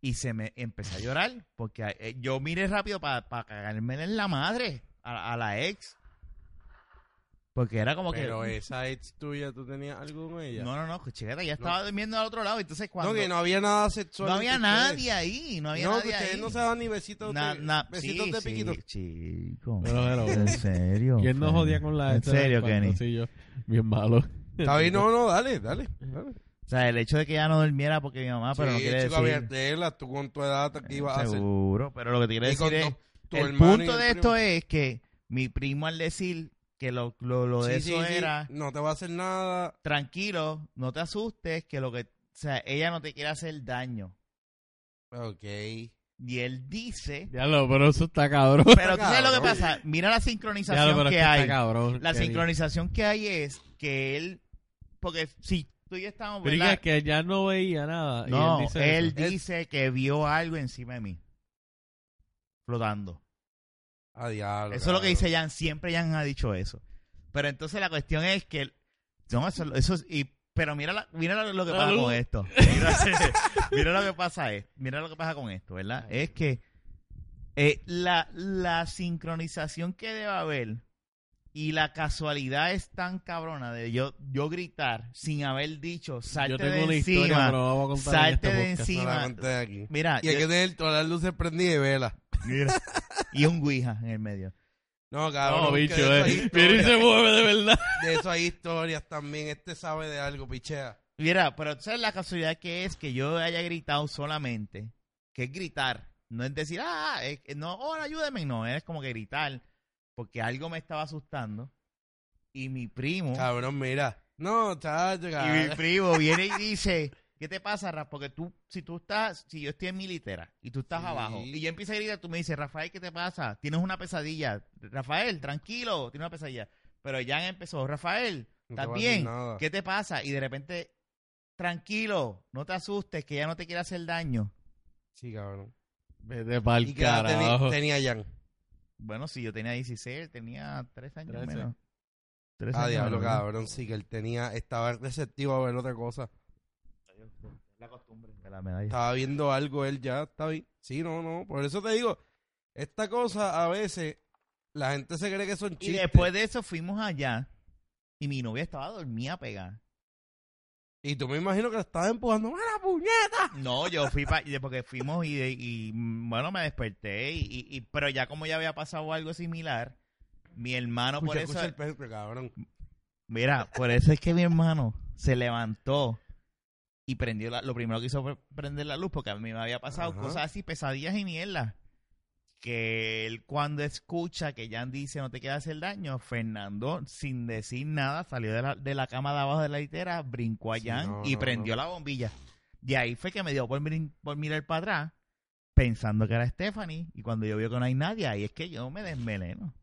B: Y se me empecé a llorar. Porque eh, yo miré rápido para cagarme en la madre. A, a la ex. Porque era como
C: Pero
B: que. "Mm,
C: esa ex tuya, ¿tú tenías algo con ella?
B: No, no, no, chiqueta, ya estaba durmiendo al otro lado. Entonces, cuando.
C: No,
B: No,
C: que no había nada sexual.
B: había
C: entre ustedes.
B: nadie ahí. No había
C: No, que
B: nadie
C: ustedes
B: ahí.
C: no se daban ni besitos
B: Na-
C: de,
B: na-
C: besitos
B: sí,
C: de
B: sí,
C: piquito.
B: chico.
A: Pero, pero,
B: En serio.
A: ¿Quién no
B: Fran?
A: jodía con la
B: En
A: esta de
B: serio,
A: las patas?
B: Kenny.
A: Sí, yo. Bien malo.
C: Está bien, no, no, dale, dale. dale.
B: O sea, el hecho de que ya no durmiera porque mi mamá, Ah, pero no
C: Sí,
B: quiere
C: chico,
B: decir. Eh,
C: había tela, tú con tu edad, ¿qué ibas a hacer?
B: Seguro, pero lo que te quiero
C: Y con
B: decir es.
C: tu- tu
B: el
C: hermano y
B: punto
C: el
B: de
C: primo.
B: esto es que mi primo al decir que lo, lo, lo de
C: Sí, sí,
B: eso
C: sí,
B: era,
C: No te va a hacer nada.
B: tranquilo, no te asustes, que lo que, o sea, ella no te quiere hacer daño.
C: Ok.
B: Y él dice,
A: Ya lo, pero eso está cabrón.
B: pero tú sabes lo que
C: cabrón.
B: pasa, mira la
A: Ya lo,
B: sincronización
A: pero es
B: que
A: que está
B: hay.
A: cabrón.
B: La
A: Kenny.
B: sincronización que hay es que él, porque si tú y yo estamos,
A: Pero
B: ¿verdad?
A: es que ya no veía nada.
B: No,
A: y él dice
B: él
A: eso.
B: dice que vio algo encima de mí, flotando.
C: A Ah, diablo.
B: Eso es lo que
C: cabrón.
B: dice Jan. Siempre Jan ha dicho eso. Pero entonces la cuestión es que. No, eso, eso es- y, pero mira, la- mira lo, lo que pasa con esto. Mira, mira lo que pasa es, mira lo que pasa con esto, ¿verdad? Es que eh, la, la sincronización que debe haber Y la casualidad es tan cabrona de yo, yo gritar sin haber dicho, salte
A: Yo tengo una
B: de
A: historia, pero
B: encima.
A: no la voy a contar. en
B: Salte
A: este
B: de
A: podcast.
C: No la
B: encima.
C: conté aquí.
B: Mira,
C: Y hay
B: Ah, yo-
C: que tener todas las luces prendidas y velas.
B: mira. y un Ouija en el medio.
C: No, cabrón.
A: No,
C: que
A: bicho,
C: de, eso hay
A: eh. Mira y
C: historias-
A: se mueve de verdad.
C: de eso hay historias también. Este sabe de algo, pichea.
B: Mira, pero tú sabes la casualidad que es que yo haya gritado solamente, que es gritar, no es decir, ah, eh, eh, no, ahora ayúdeme, no, es como que gritar, porque algo me estaba asustando. Y mi primo,
C: Cabrón, mira. No, chacho,
B: y mi
C: cabrón.
B: primo viene y dice, ¿qué te pasa, Rafa? Porque tú, si tú estás, si yo estoy en mi litera y tú estás
C: Sí.
B: abajo, y yo empiezo a gritar, tú me dices, Rafael, ¿qué te pasa? Tienes una pesadilla. Rafael, tranquilo, tienes una pesadilla. Pero ya empezó, Rafael,
C: No te
B: ¿estás
C: voy a decir
B: bien?
C: nada.
B: ¿Qué te pasa? Y de repente, tranquilo, no te asustes, que ya no te quiere hacer daño.
C: Sí, cabrón.
A: Vete pa'l
C: ¿Y qué edad teni-
A: carajo.
C: tenía Jan?
B: Bueno, si yo tenía 16, tenía 3 años
A: Trece.
B: menos. Tres
C: Ah,
B: años
C: diablo,
B: menos, ¿verdad?
C: cabrón. Sí, que él tenía... Estaba receptivo a ver otra cosa.
B: La costumbre de la medalla.
C: Estaba viendo algo él ya, está bien. Sí, no, no. Por eso te digo, esta cosa a veces la gente se cree que son
B: Y
C: chistes.
B: después de eso fuimos allá y mi novia estaba dormida pegada.
C: Y tú me imagino que la estabas empujando. ¡Mira, puñeta!
B: No, yo fui para... Porque fuimos y, de- y, mm, bueno, me desperté. Y, y- y- pero ya como ya había pasado algo similar, mi hermano por
C: Escucha,
B: eso...
C: escucha el perro, cabrón.
B: Mira, por eso es que mi hermano se levantó y prendió la, lo primero que hizo fue prender la luz porque a mí me había pasado
C: Ajá.
B: cosas así, pesadillas y mierda. Que él cuando escucha que Jan dice no te quieras hacer daño, Fernando sin decir nada salió de la, de la cama de abajo de la litera, brincó a
C: Sí,
B: Jan
C: no,
B: y
C: no,
B: prendió la bombilla. Y ahí fue que me dio por, mirin- por mirar para atrás pensando que era Stephanie y cuando yo veo que no hay nadie, ahí es que yo me desmeleno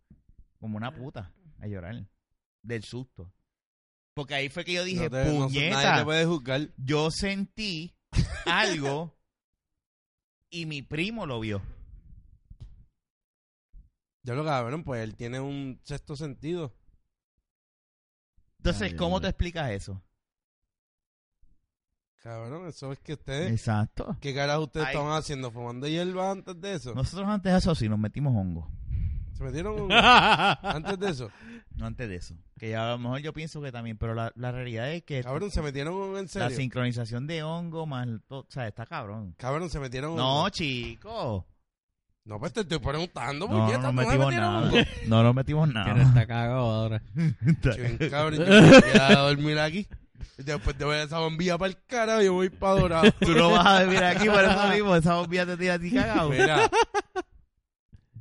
B: como una puta a llorar del susto. Porque ahí fue que yo dije,
C: No te- no- nadie
B: puñeta,
C: te puede juzgar.
B: yo sentí algo y mi primo lo vio.
C: Ya lo cabrón, pues él tiene un sexto sentido.
B: Entonces,
A: Ay,
B: ¿cómo
A: hombre.
B: te explicas eso?
C: Cabrón, eso es que ustedes...
B: Exacto.
C: ¿Qué carajo ustedes
B: Ay.
C: estaban haciendo? ¿Fumando hierba antes de eso?
B: Nosotros antes de eso sí nos metimos hongo.
C: ¿Se metieron un- antes de eso?
B: No antes de eso. Que ya a lo mejor yo pienso que también, pero la, la realidad es que
C: Cabrón, ¿se metieron un en
B: la
C: serio?
B: sincronización de hongo más... to- o sea, está cabrón.
C: Cabrón, ¿se metieron un-
B: No, chico.
C: No, pues te estoy preguntando,
B: No, no
C: puñeta,
B: nos
C: ¿tú me
B: metimos
C: metieron
B: nada.
C: un-
B: No nos metimos
A: Que no
B: nada.
A: está cagado ahora.
C: Chun, cabrón, yo me voy a dormir aquí. Después te voy a esa bombilla para el carajo, yo voy para Dorado.
B: Tú no vas a vivir Ah, aquí por eso mismo. Esa bombilla te tira a ti cagado.
C: Mira,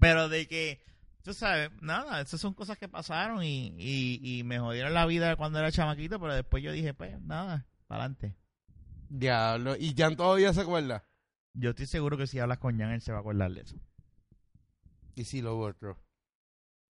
B: Pero de que, tú sabes, nada, esas son cosas que pasaron y, y, y me jodieron la vida cuando era chamaquito, pero después yo dije, pues nada, para adelante.
C: diablo. ¿Y Jan todavía se acuerda?
B: Yo estoy seguro que si hablas con Jan, él se va a acordar de eso.
C: Y sí, lo otro.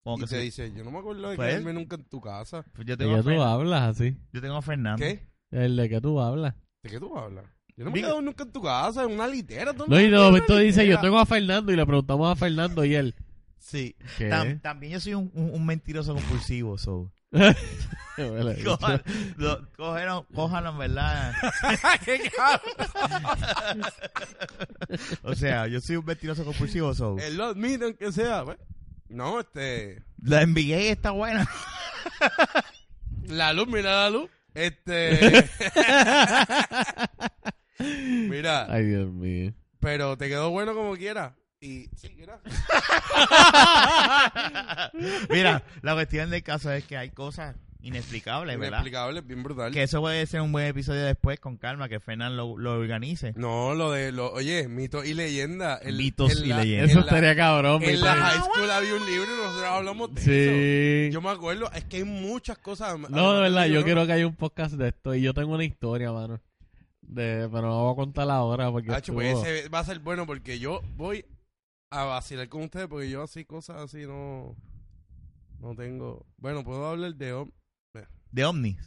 B: Como
C: Y
B: que
C: te
B: sí.
C: dice, yo no me acuerdo de
B: Pues-
C: quedarme nunca en tu casa.
B: Pues yo,
A: ¿De
B: tengo a
A: qué tú
B: Fer-
A: hablas así?
B: yo tengo a Fernando.
C: ¿Qué?
A: El de que tú hablas.
C: ¿De qué tú hablas? Yo no me he
B: Digo-
C: quedado nunca en tu casa, en una litera. tú
A: No, y de
C: me has quedado en
A: momento
C: una
A: dice, yo
C: litera.
A: tengo a Fernando y le preguntamos a Fernando y él.
B: Sí.
A: ¿Qué?
B: Tam- también yo soy un, un- un mentiroso compulsivo, so.
A: Huele bicho.
B: Cojan- lo- Cógelo, cójalo, en verdad.
C: ¡Qué cabrón!
B: O sea, yo soy un mentiroso compulsivo, so.
C: Él lo admite, aunque sea. pues. No, este...
B: La NBA está buena.
C: La luz, mira la luz. Este... mira...
A: Ay, Dios mío.
C: Pero te quedó bueno como quiera. Y sí, gracias.
B: Mira, la cuestión del caso es que hay cosas inexplicables, ¿verdad?
C: Inexplicable, bien brutal.
B: Que eso puede ser un buen episodio después con calma, que Fernán lo, lo organice.
C: No, lo de lo, oye, mitos y leyenda.
B: Mitos y leyendas.
A: Eso
C: en la-
A: estaría cabrón,
C: En
A: mi
C: la
A: tío.
C: high school había un libro y nosotros hablamos de eso.
A: Sí.
C: Yo me acuerdo, es que hay muchas cosas.
A: No, de verdad, yo
C: ¿no?
A: quiero que haya un podcast de esto. Y yo tengo una historia, mano. De, pero no voy a contarla ahora porque.
C: Hacho, pues
A: estuvo-
C: ese va a ser bueno porque yo voy a vacilar con ustedes porque yo así cosas así no no tengo. Bueno, puedo hablar de hom-
B: De ovnis.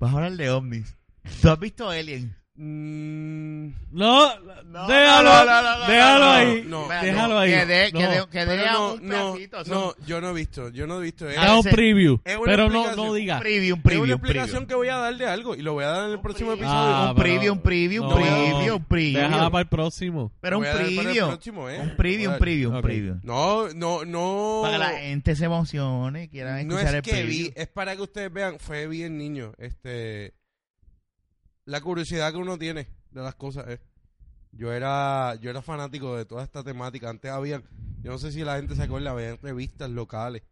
B: Vas a hablar de ovnis. ¿Tú has visto Alien?
C: Mm,
A: No,
D: No,
A: déjalo,
D: no, no, no, no,
A: déjalo
D: no,
A: ahí.
C: no,
D: Espérate,
A: déjalo ahí.
D: Que dé, que
A: No.
D: dé- que dé
C: pero
D: a
C: no,
D: un
C: no,
D: pedacito. son
C: no, yo no he visto, yo no he visto. Es,
A: Da un
D: Ese-
A: preview.
C: es una
A: Pero no,
C: explicación.
A: no diga.
D: preview, un
C: es una
D: preview, un
C: explicación
D: preview.
C: que voy a dar de algo y lo voy a dar en el próximo
D: preview.
C: episodio.
A: Ah,
D: Un preview, un preview, un
A: No.
D: preview, un
A: Déjala
D: preview.
A: para el próximo.
D: Pero un
C: Voy a dar para el
D: preview.
C: próximo, ¿eh?
B: Un preview,
C: Voy
B: un
C: a-
B: preview, un
A: Ok.
B: preview.
C: No, no, no.
B: Para que la gente se emocione y quiera
C: no
B: escuchar
C: es
B: el
C: que
B: preview.
C: vi, es para que ustedes vean, fue bien niño, este la curiosidad que uno tiene de las cosas es yo era yo era fanático de toda esta temática, antes habían yo no sé si la gente se acuerda, habían revistas locales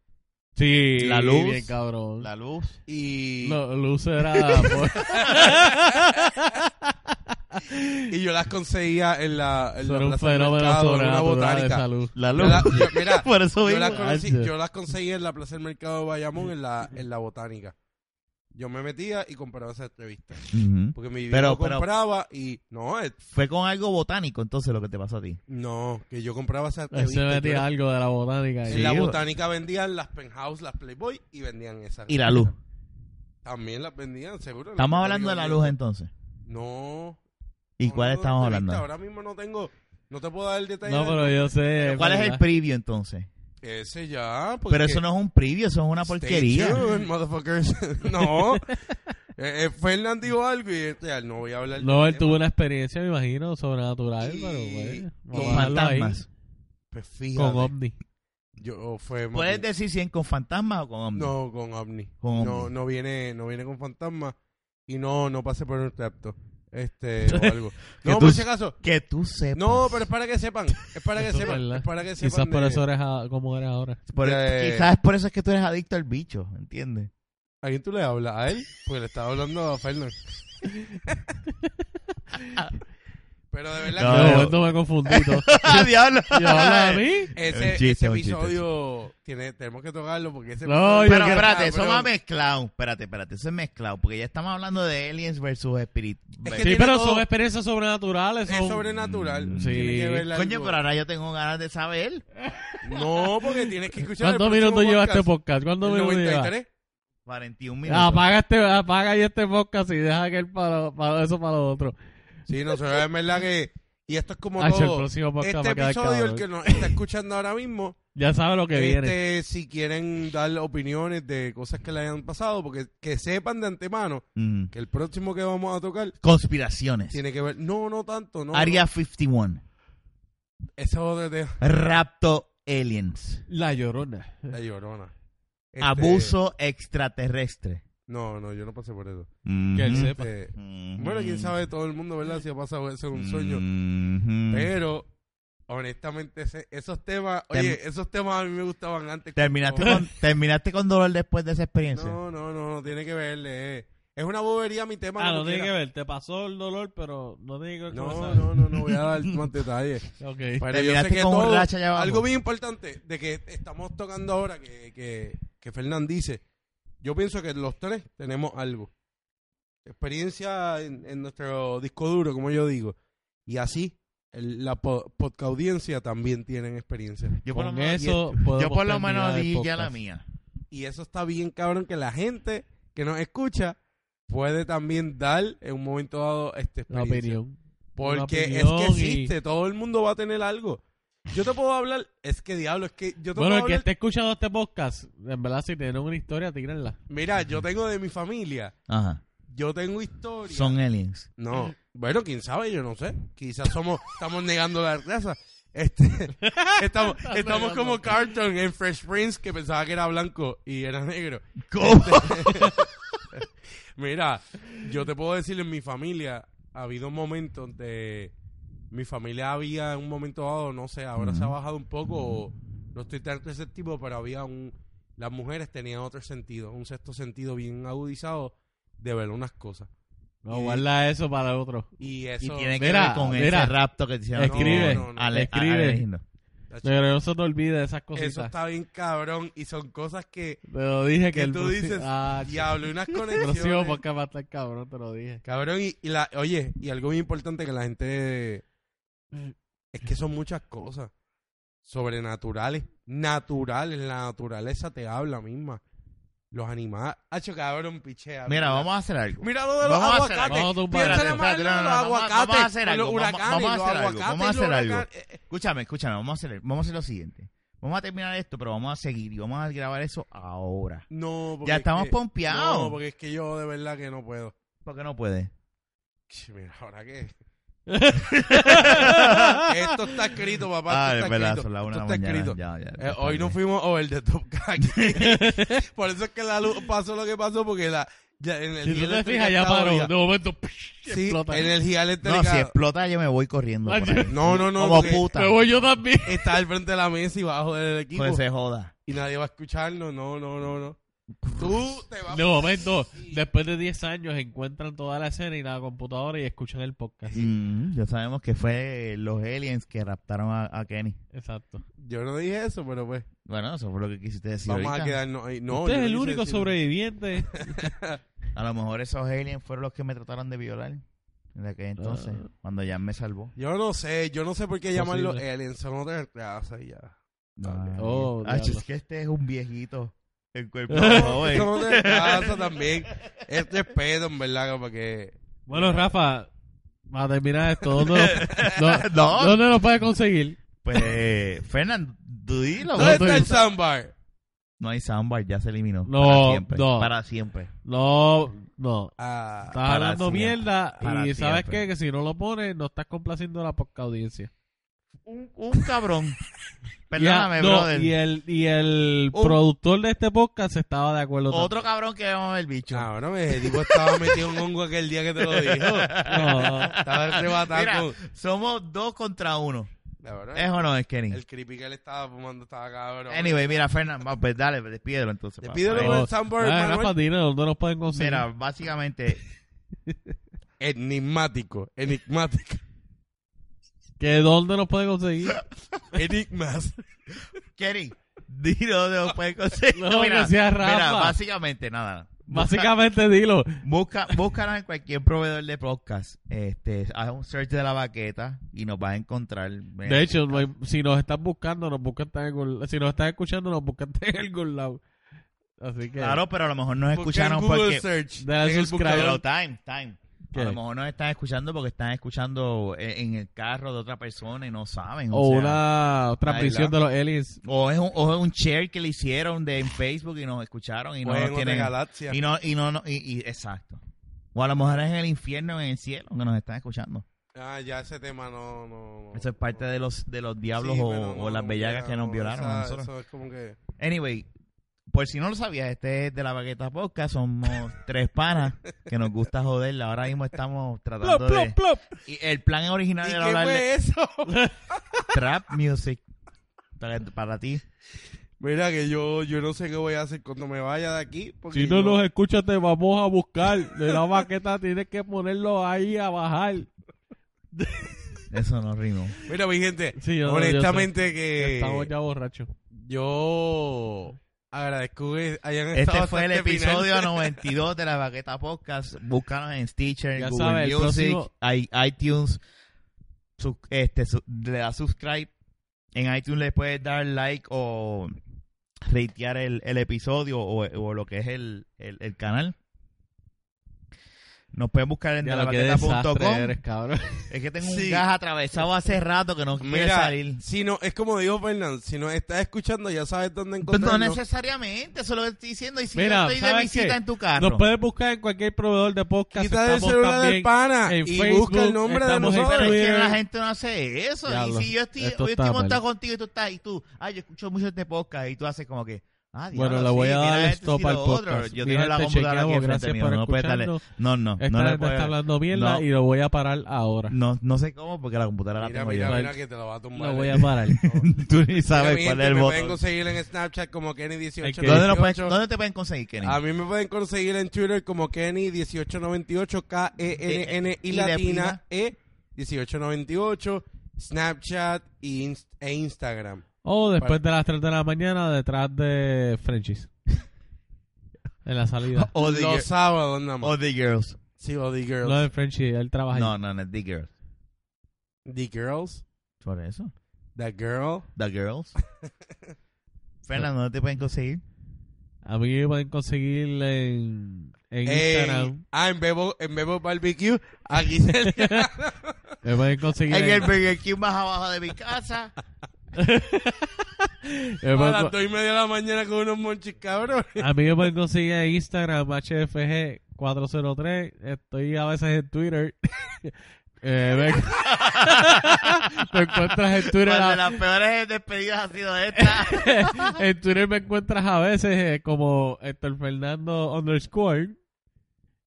A: Sí,
B: La luz.
A: bien cabrón.
D: La luz.
C: y
A: No, luz era. por-
C: y yo las conseguía en la en
A: eso
C: la
A: era un
C: plaza del
A: fenómeno
C: mercado, en una
A: sobrenatural de
C: botánica.
A: salud.
B: La
C: Yo
B: luz.
C: la- yo- mira,
B: Por eso
C: yo,
B: vengo.
C: la conocí-
A: Hacho.
C: yo las conseguí en la Plaza del Mercado de Bayamón, en la, en la botánica. Yo me metía y compraba esas revistas.
B: Ujú.
C: Porque mi
B: Pero-
C: viejo
B: pero-
C: compraba y... No, eh, es-
B: Fue con algo botánico entonces lo que te pasó a ti.
C: no, que yo compraba esas
A: Él
C: revistas.
A: se
C: Yo
A: metía
C: era-
A: algo de la botánica. ahí.
C: en la
B: Sí,
C: botánica vendían las penthouse, las Playboy y vendían esas.
B: Y la luz.
C: revistas. También las vendían, seguro. en la
B: Estamos hablando de la luz
C: botánica.
B: entonces.
C: No.
B: ¿Y
C: no,
B: cuál
C: no,
B: estamos
C: de
B: hablando?
C: vista, Ahora mismo no tengo... No te puedo dar el detalle.
A: No,
C: de-
A: pero yo sé.
B: ¿Cuál es el
A: verdad.
B: preview entonces?
C: Ese ya.
B: Pero eso no es un preview, eso es una
C: ah, Stay
B: porquería.
C: tuned, motherfuckers. no. Eh, eh, Fernan dijo algo y este, no voy a hablar.
A: No,
C: del
A: él
C: tema.
A: tuvo una experiencia, me imagino, sobrenatural,
C: Y-
A: pero bueno.
B: Con
A: vamos a dejarlo ahí.
B: fantasmas.
C: Pues
A: Con
C: fíjate.
A: Omni.
C: Yo oh, fue.
B: ¿Puedes
C: Martín.
B: decir si es con fantasmas o con hombres?
C: No, con Omni.
B: Con Omni.
C: No, no viene, no viene con fantasma y no, no pase por un trapto. Este, o algo.
B: Que
C: No,
B: tú
C: por si acaso.
B: Que tú sepas.
C: No, pero es para que sepan. Es para que
A: Eso es
C: sepan.
A: verdad.
C: Es para que sepan.
A: Quizás por
C: de-
A: eso eres a- como eres ahora.
B: Por-
C: Eh.
B: Quizás por eso es que tú eres adicto al bicho, ¿entiendes?
C: ¿A quién tú le hablas? ¿A él? Porque le estaba hablando a Fernan. pero de verdad.
B: No,
A: De
B: pero-
A: momento me confundí todo.
B: ¡Ah, diablo!
A: ¿Y habla a mí?
B: Un
C: Ese,
B: chiste,
C: ese
B: un chiste,
C: episodio tiene, tenemos que tocarlo porque ese
A: No,
C: episodio-
A: yo
B: Pero
A: creo-
B: espérate,
C: Ah,
B: eso
C: pero-
B: va mezclado. Espérate, espérate, eso es mezclado. Porque ya estamos hablando de aliens versus espíritus.
C: Es que
A: Sí,
C: tiene
A: pero
C: todo-
A: son experiencias sobrenaturales.
C: es
A: son-
C: sobrenatural.
A: mm, Sí.
C: Tiene que ver algo.
B: Coño, pero ahora yo tengo ganas de saber.
C: No, porque tienes que escuchar.
A: ¿Cuántos minutos lleva este podcast? ¿Cuántos minutos lleva?
C: 93.
B: 41 minutos.
A: Apaga, este, apaga ya este podcast y deja que él para, para eso para lo otro.
C: Sí, no sé, es verdad que. Y esto es como
A: Hacho, el
C: todo.
A: próximo podcast va
C: Este
A: a quedar
C: episodio, el
A: cabrón.
C: que nos está escuchando ahora mismo,
A: Ya sabe lo que viene.
C: este, si quieren dar opiniones de cosas que le hayan pasado, porque que sepan de antemano
B: Mm.
C: que el próximo que vamos a tocar
B: Conspiraciones.
C: tiene que ver. No, no tanto, no.
B: Área 51.
C: no. Ese es otro tema.
B: Rapto aliens.
A: La llorona.
C: La llorona. Este,
B: Abuso extraterrestre.
C: No, no, yo no pasé por eso.
B: Mm-hmm.
A: Que él sepa.
C: Este, Bueno, quién sabe todo el mundo, ¿verdad? Si ha pasado eso en un sueño.
A: Mm.
B: Ujú.
C: Pero, honestamente, ese- esos temas, oye, esos temas a mí me gustaban antes. que-
B: ¿Terminaste
C: no,
B: con, terminaste con dolor después de esa experiencia.
C: No, no, no, no tiene que verle. eh. Es una bobería mi tema.
A: Ah, no
C: como
A: tiene que
C: quiera.
A: ver. Te pasó el dolor, pero no tiene que ver con
C: No, Pues,
A: esa-
C: no, no, no voy a dar más detalles.
A: Ok.
C: Pero yo sé
B: Terminaste
C: que
B: con un
C: todo,
B: racha allá abajo.
C: algo bien importante de que estamos tocando ahora que, que, que Fernán dice. Yo pienso que los tres tenemos algo. Experiencia en, en nuestro disco duro, como yo digo. Y así, el- la po- podcaudiencia también tienen experiencia.
B: Yo por lo
A: Con
B: menos,
A: eso
B: yo
A: podemos
B: por lo
A: terminar
B: menos
A: el
B: di ya
A: podcast.
B: la mía.
C: Y eso está bien, cabrón, que la gente que nos escucha puede también dar en un momento dado este
A: La
C: experiencia.
A: opinión. Una
C: Porque es
A: opinión
C: que
A: y-
C: existe, todo el mundo va a tener algo. Yo te puedo hablar, es que diablo, es que yo te
A: Bueno, el
C: puedo
A: que
C: hablar.
A: esté escuchando este podcast, en verdad, si tienen una historia, tírenla.
C: Mira, yo tengo de mi familia,
B: Ajá.
C: yo tengo historia.
B: Son aliens.
C: No, bueno, quién sabe, yo no sé. Quizás somos, estamos negando la raza. Este, estamos, estamos como Carlton en Fresh Prince que pensaba que era blanco y era negro. Este,
B: ¿Cómo?
C: Mira, yo te puedo decir, en mi familia ha habido momentos de... Mi familia había en un momento dado, no sé, ahora se ha bajado un poco, o no estoy tan receptivo, pero había un... Las mujeres tenían otro sentido, un sexto sentido bien agudizado de ver unas cosas.
A: No,
C: Y-
A: guarda eso para el otro.
C: Y eso...
B: Y tiene que
A: Mira,
B: ver con
A: mira.
B: ese rapto que te hicieron.
A: Escribe,
B: con
A: escribe.
B: alienígenas.
C: tacho,
A: Pero no se te olvide de esas cositas.
C: eso está bien cabrón y son cosas que...
A: Te lo dije que,
C: Que
A: el
C: tú
A: proxi-
C: dices,
A: Ah,
C: Diablo, y unas
A: el próximo
C: conexiones.
A: podcast va a estar cabrón, te lo dije.
C: Cabrón, y, y la, oye, y algo muy importante que la gente
B: Mm.
C: es que son muchas cosas sobrenaturales, naturales, la naturaleza te habla misma. Los animales. Hacho, cabrón, pichea.
B: Mira, vamos a hacer algo.
C: Mira lo de los
B: Vamos a hacer-
C: aguacates.
A: vamos a tumbar.
C: Piensa
A: Espérate,
C: nada más en
B: espérate, no, no, no,
C: los
B: vamos- vamos a
C: aguacates,
B: hacer
C: en los
B: algo, vamos-
C: huracanes,
B: vamos a
C: los
B: hacer algo,
C: aguacates,
B: vamos a
C: los
B: hacer algo.
C: huracanes. Eh, eh,
B: Escúchame, escúchame, vamos a hacer, vamos a hacer lo siguiente. Vamos a terminar esto, pero vamos a seguir y vamos a grabar eso ahora.
C: No, porque
B: Ya
C: es
B: estamos
C: que-
B: pompeados.
C: No, porque es que yo de verdad que no puedo.
B: ¿Por qué no puede?
C: Mira, ahora qué. Esto está escrito, papá.
B: Ah,
C: Esto
B: es
C: está
B: verdad,
C: escrito.
B: son las una de
C: Esto
B: la
C: está
B: mañana.
C: escrito.
B: Ya, ya,
C: Eh,
B: ya
C: hoy no
B: está
C: fuimos over the top aquí. Por eso es que la luz pasó lo que pasó, porque la. ya en el
A: Si tú te
C: energía
A: fijas, ya
C: eléctrica estaba
A: paró.
C: ya.
A: De momento,
C: Sí,
A: explota.
C: energía
B: bien. No,
C: eléctrica.
B: si explota yo me voy corriendo. por ahí.
C: este No, no, no,
B: Como
C: porque
B: puta.
A: Me voy yo también.
C: Está al frente de la mesa y va a joder el equipo.
B: Pues se joda.
C: Y nadie va a escucharlo. No, no, no, no. Tú te vas
A: De momento, después de 10 años, encuentran toda la escena y la computadora y escuchan el podcast.
B: Mm, ya sabemos que fue los aliens que raptaron a, a Kenny.
A: Exacto.
C: Yo no dije eso, pero pues.
B: Bueno, eso fue lo que quisiste decir.
C: vamos
B: ahorita.
C: a quedarnos ahí. No,
A: Usted es
C: yo no
A: el
C: quise
A: único
C: decir-
A: sobreviviente.
B: A lo mejor esos aliens fueron los que me trataron de violar. En aquel entonces,
A: Ah.
B: cuando ya me salvó.
C: Yo no sé, yo no sé por qué llamarlo
A: Posible.
C: aliens. Son otras razas y ya.
B: Ah,
A: Oh,
B: ah,
A: diablo.
B: es que este es un viejito. El cuerpo de joven.
C: Son otras razas también. Es respeto, en verdad, como que.
A: Bueno, Rafa, para terminar esto, ¿dónde nos, no-
B: No.
A: ¿dónde nos puedes conseguir?
B: Pues, Fernando, tú dilo.
C: ¿Dónde
B: Tú-
C: está el soundbar?
B: No hay soundbar, ya se eliminó.
A: No,
B: para siempre.
A: no.
B: Para siempre.
A: No, no.
C: Ah,
A: Estás hablando
B: siempre,
A: mierda
B: para
A: y sabes
B: siempre.
A: qué? que si no lo pones, no estás complaciendo a la poca audiencia.
B: Un, un cabrón. Perdóname,
A: Ya, no,
B: brother. Oh.
A: Y el, y el
B: Un-
A: productor de este podcast estaba de acuerdo.
B: Otro cabrón que vamos el bicho.
C: cabrón, ese tipo estaba metido en hongo aquel día que te lo dijo.
A: también. No, no.
C: Estaba
B: Mira,
C: arrebatado.
B: somos dos contra uno.
C: Cabrón,
B: ¿Es o no es, Kenny?
C: Ah, El creepy que él estaba fumando estaba cabrón.
B: Anyway, mira, Fernando, pues dale, pues, despídelo pues. entonces. pa-
C: Despídelo,
B: pa-
C: Pero el
A: No.
C: soundboard,
A: Ah,
C: Manuel-
A: Rafa, dime dónde nos pueden conseguir.
B: Mira, básicamente,
C: Enigmático, enigmático.
A: ¿Que dónde nos pueden conseguir?
C: Enigmas.
B: Kenny, dilo de puedes conseguir.
A: No, que sea Rafa.
B: mira, básicamente, nada. Busca-
A: Básicamente dilo.
B: Busca, búscanos en cualquier proveedor de podcast. Este, haz un search de la baqueta y nos vas a encontrar.
A: De hecho, no hay- si nos están buscando, nos buscan en algún- si nos están escuchando, nos buscan en algún lado. Así que
B: claro, pero a lo mejor nos
C: Busca en
B: escucharon
C: Google
B: porque.
C: Search.
A: Dale
C: en el
A: subscribe.
B: Pero
C: buscador.
B: time, time.
A: ¿Qué?
B: A lo mejor nos están escuchando porque están escuchando eh, en el carro de otra persona y no saben.
A: o
B: sea,
A: una transmisión de los aliens.
B: o es un, o es un share que le hicieron de en Facebook y nos escucharon y no
C: O en
B: nos
C: otra
B: tienen.
C: galaxia.
B: Y no, y no, no- y, y- exacto. O a lo mejor es en el infierno o en el cielo que nos están escuchando.
C: Ah, ya ese tema no, no, no.
B: Eso es parte de los de los diablos
C: Sí,
B: o,
C: pero no,
B: o las
C: no,
B: bellagas
C: ya,
B: que nos
C: no,
B: violaron a
C: esa-
B: nosotros.
C: Eso es como que...
B: Anyway, por si no lo sabías, este es de la Baqueta Podcast. Somos tres panas que nos gusta joderla. Ahora mismo estamos tratando de. Y el plan original
C: ¿Y
B: era
C: qué
B: hablar de
C: fue eso?
B: trap music para, para ti.
C: Mira que yo, yo no sé qué voy a hacer cuando me vaya de aquí. Porque
A: Si no
C: yo-
A: nos escuchas, te vamos a buscar. De la baqueta tienes que ponerlo ahí a bajar.
B: Eso no rimo.
C: Mira, mi gente,
A: Sí, yo- yo
C: honestamente
A: Estamos
C: que
A: ya borrachos.
C: yo agradezco que hayan estado
B: Este fue el
C: hasta este final.
B: episodio 92 de la Baqueta Podcast. Búscanos en Stitcher,
A: Ya
B: Google
A: sabes, el
B: Music,
A: próximo-
B: i- iTunes. Su- este, su- le das subscribe. En iTunes le puedes dar like o reitear el, el episodio o, o lo que es el, el- el canal. Nos pueden buscar en
A: Ya lo que
B: delabaqueta.com.
A: desastre eres, cabrón.
B: Es que tengo
C: Sí.
B: un gas atravesado hace rato que no quiere
C: Mira,
B: salir.
C: si no, es como dijo Fernán, si nos estás escuchando ya sabes dónde
B: Pues no
C: encontrarnos.
B: necesariamente, eso es lo que estoy diciendo. Y si
A: Mira,
B: yo estoy de
A: ¿sabes
B: visita
A: qué?
B: en tu carro.
A: Nos puedes buscar en cualquier proveedor de podcast.
C: Quita el
A: Estamos
C: celular del
A: también
C: pana
A: en
C: y
A: Facebook,
C: busca el nombre de
A: estamos en
C: nosotros.
B: Pero es que
A: Twitter.
B: la gente no hace eso.
A: Pues, Diablo,
B: y si yo estoy,
A: esto
B: yo
A: está
B: estoy montado
A: mal.
B: contigo y tú estás, y tú, ay, yo escucho mucho este podcast, y tú haces como que, ah, diablo,
A: Bueno, le
B: sí,
A: voy a
B: mira
A: dar
B: esto,
A: stop
B: sí,
A: al
B: lo otro.
A: podcast.
B: Yo
A: Mira,
B: tengo la
A: te
B: computadora aquí
A: chequeamos,
B: enfrente
A: gracias
B: mío,
A: por
B: no puedes darle-
A: escucharnos.
B: No, no,
A: Esta
B: no le
A: gente
B: puedes-
A: está hablando mierda
B: no.
A: y lo voy a parar ahora.
B: No, no sé cómo, porque la computadora
C: Mira,
B: la tengo
C: mira,
B: yo.
C: mira que te lo va a tumbar.
A: Lo voy a parar.
B: Tú ni sabes
C: Mira,
B: cuál
C: mi gente,
B: es el
C: me pueden
B: botón.
C: conseguir en Snapchat como Kenny18.
A: El que-
B: ¿Dónde, lo puedes-
C: 18.
B: dónde te pueden conseguir, Kenny?
C: A mí me pueden conseguir en Twitter como Kenny1898, K-E-N-N E y
B: Y
C: latina E, E1898, Snapchat y Inst- e Instagram.
A: O después de las 3 de la mañana, detrás de Frenchies. En la salida.
B: O The,
C: Los
B: Girls
C: sábados nada más.
B: o The Girls.
C: Sí, o The Girls.
A: Lo de Frenchie, él trabaja
B: No,
A: ahí.
B: no, no, The Girls.
C: The Girls,
B: Por eso.
C: The Girl.
B: The Girls. Fernando, ¿dónde te pueden conseguir?
A: A mí me pueden conseguir en, en
C: Eh,
A: Instagram.
C: ah, en Bebo, en Bebo Barbecue, aquí cerca.
A: Me pueden conseguir
B: En el
A: en,
B: Burger King más abajo de mi casa.
A: me
C: a
A: pueden
C: las
A: co-
C: dos y media de la mañana con unos monchis cabrones.
A: a mí me pueden conseguir en Instagram, HFG403. Estoy a veces en Twitter. Eh, me- me encuentras en Twitter.
B: Una
A: a-
B: de las peores despedidas ha sido esta.
A: en Twitter me encuentras a veces eh, como Héctor Fernando underscore.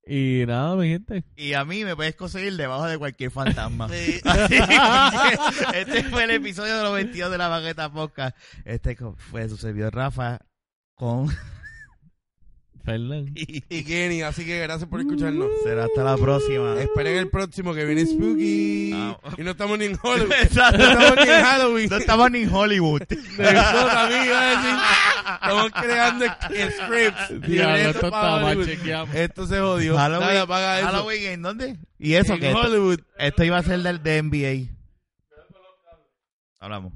A: Y nada, mi gente.
B: Y a mí me puedes conseguir debajo de cualquier fantasma. Así que este fue el episodio de los 22 de la bagueta podcast. Este co- fue su servidor Rafa con...
A: Fernán.
C: Y Kenny, así que gracias por escucharnos.
B: Será hasta la próxima.
C: Esperen el próximo que viene Spooky.
B: Ah.
C: Y no estamos ni en Halloween.
B: Exacto.
C: No estamos ni en Halloween.
B: No estamos ni en Hollywood.
C: Eso también iba a decir. Estamos creando scripts.
A: Diablo,
C: libretos
A: esto
C: para
A: está mal
C: Hollywood.
A: chequeado.
C: Esto se jodió. Dale,
B: Halloween,
C: apaga eso.
B: Halloween, ¿en dónde? Y eso
C: En
B: que esto,
C: Hollywood.
B: esto iba a ser del de NBA. Hablamos.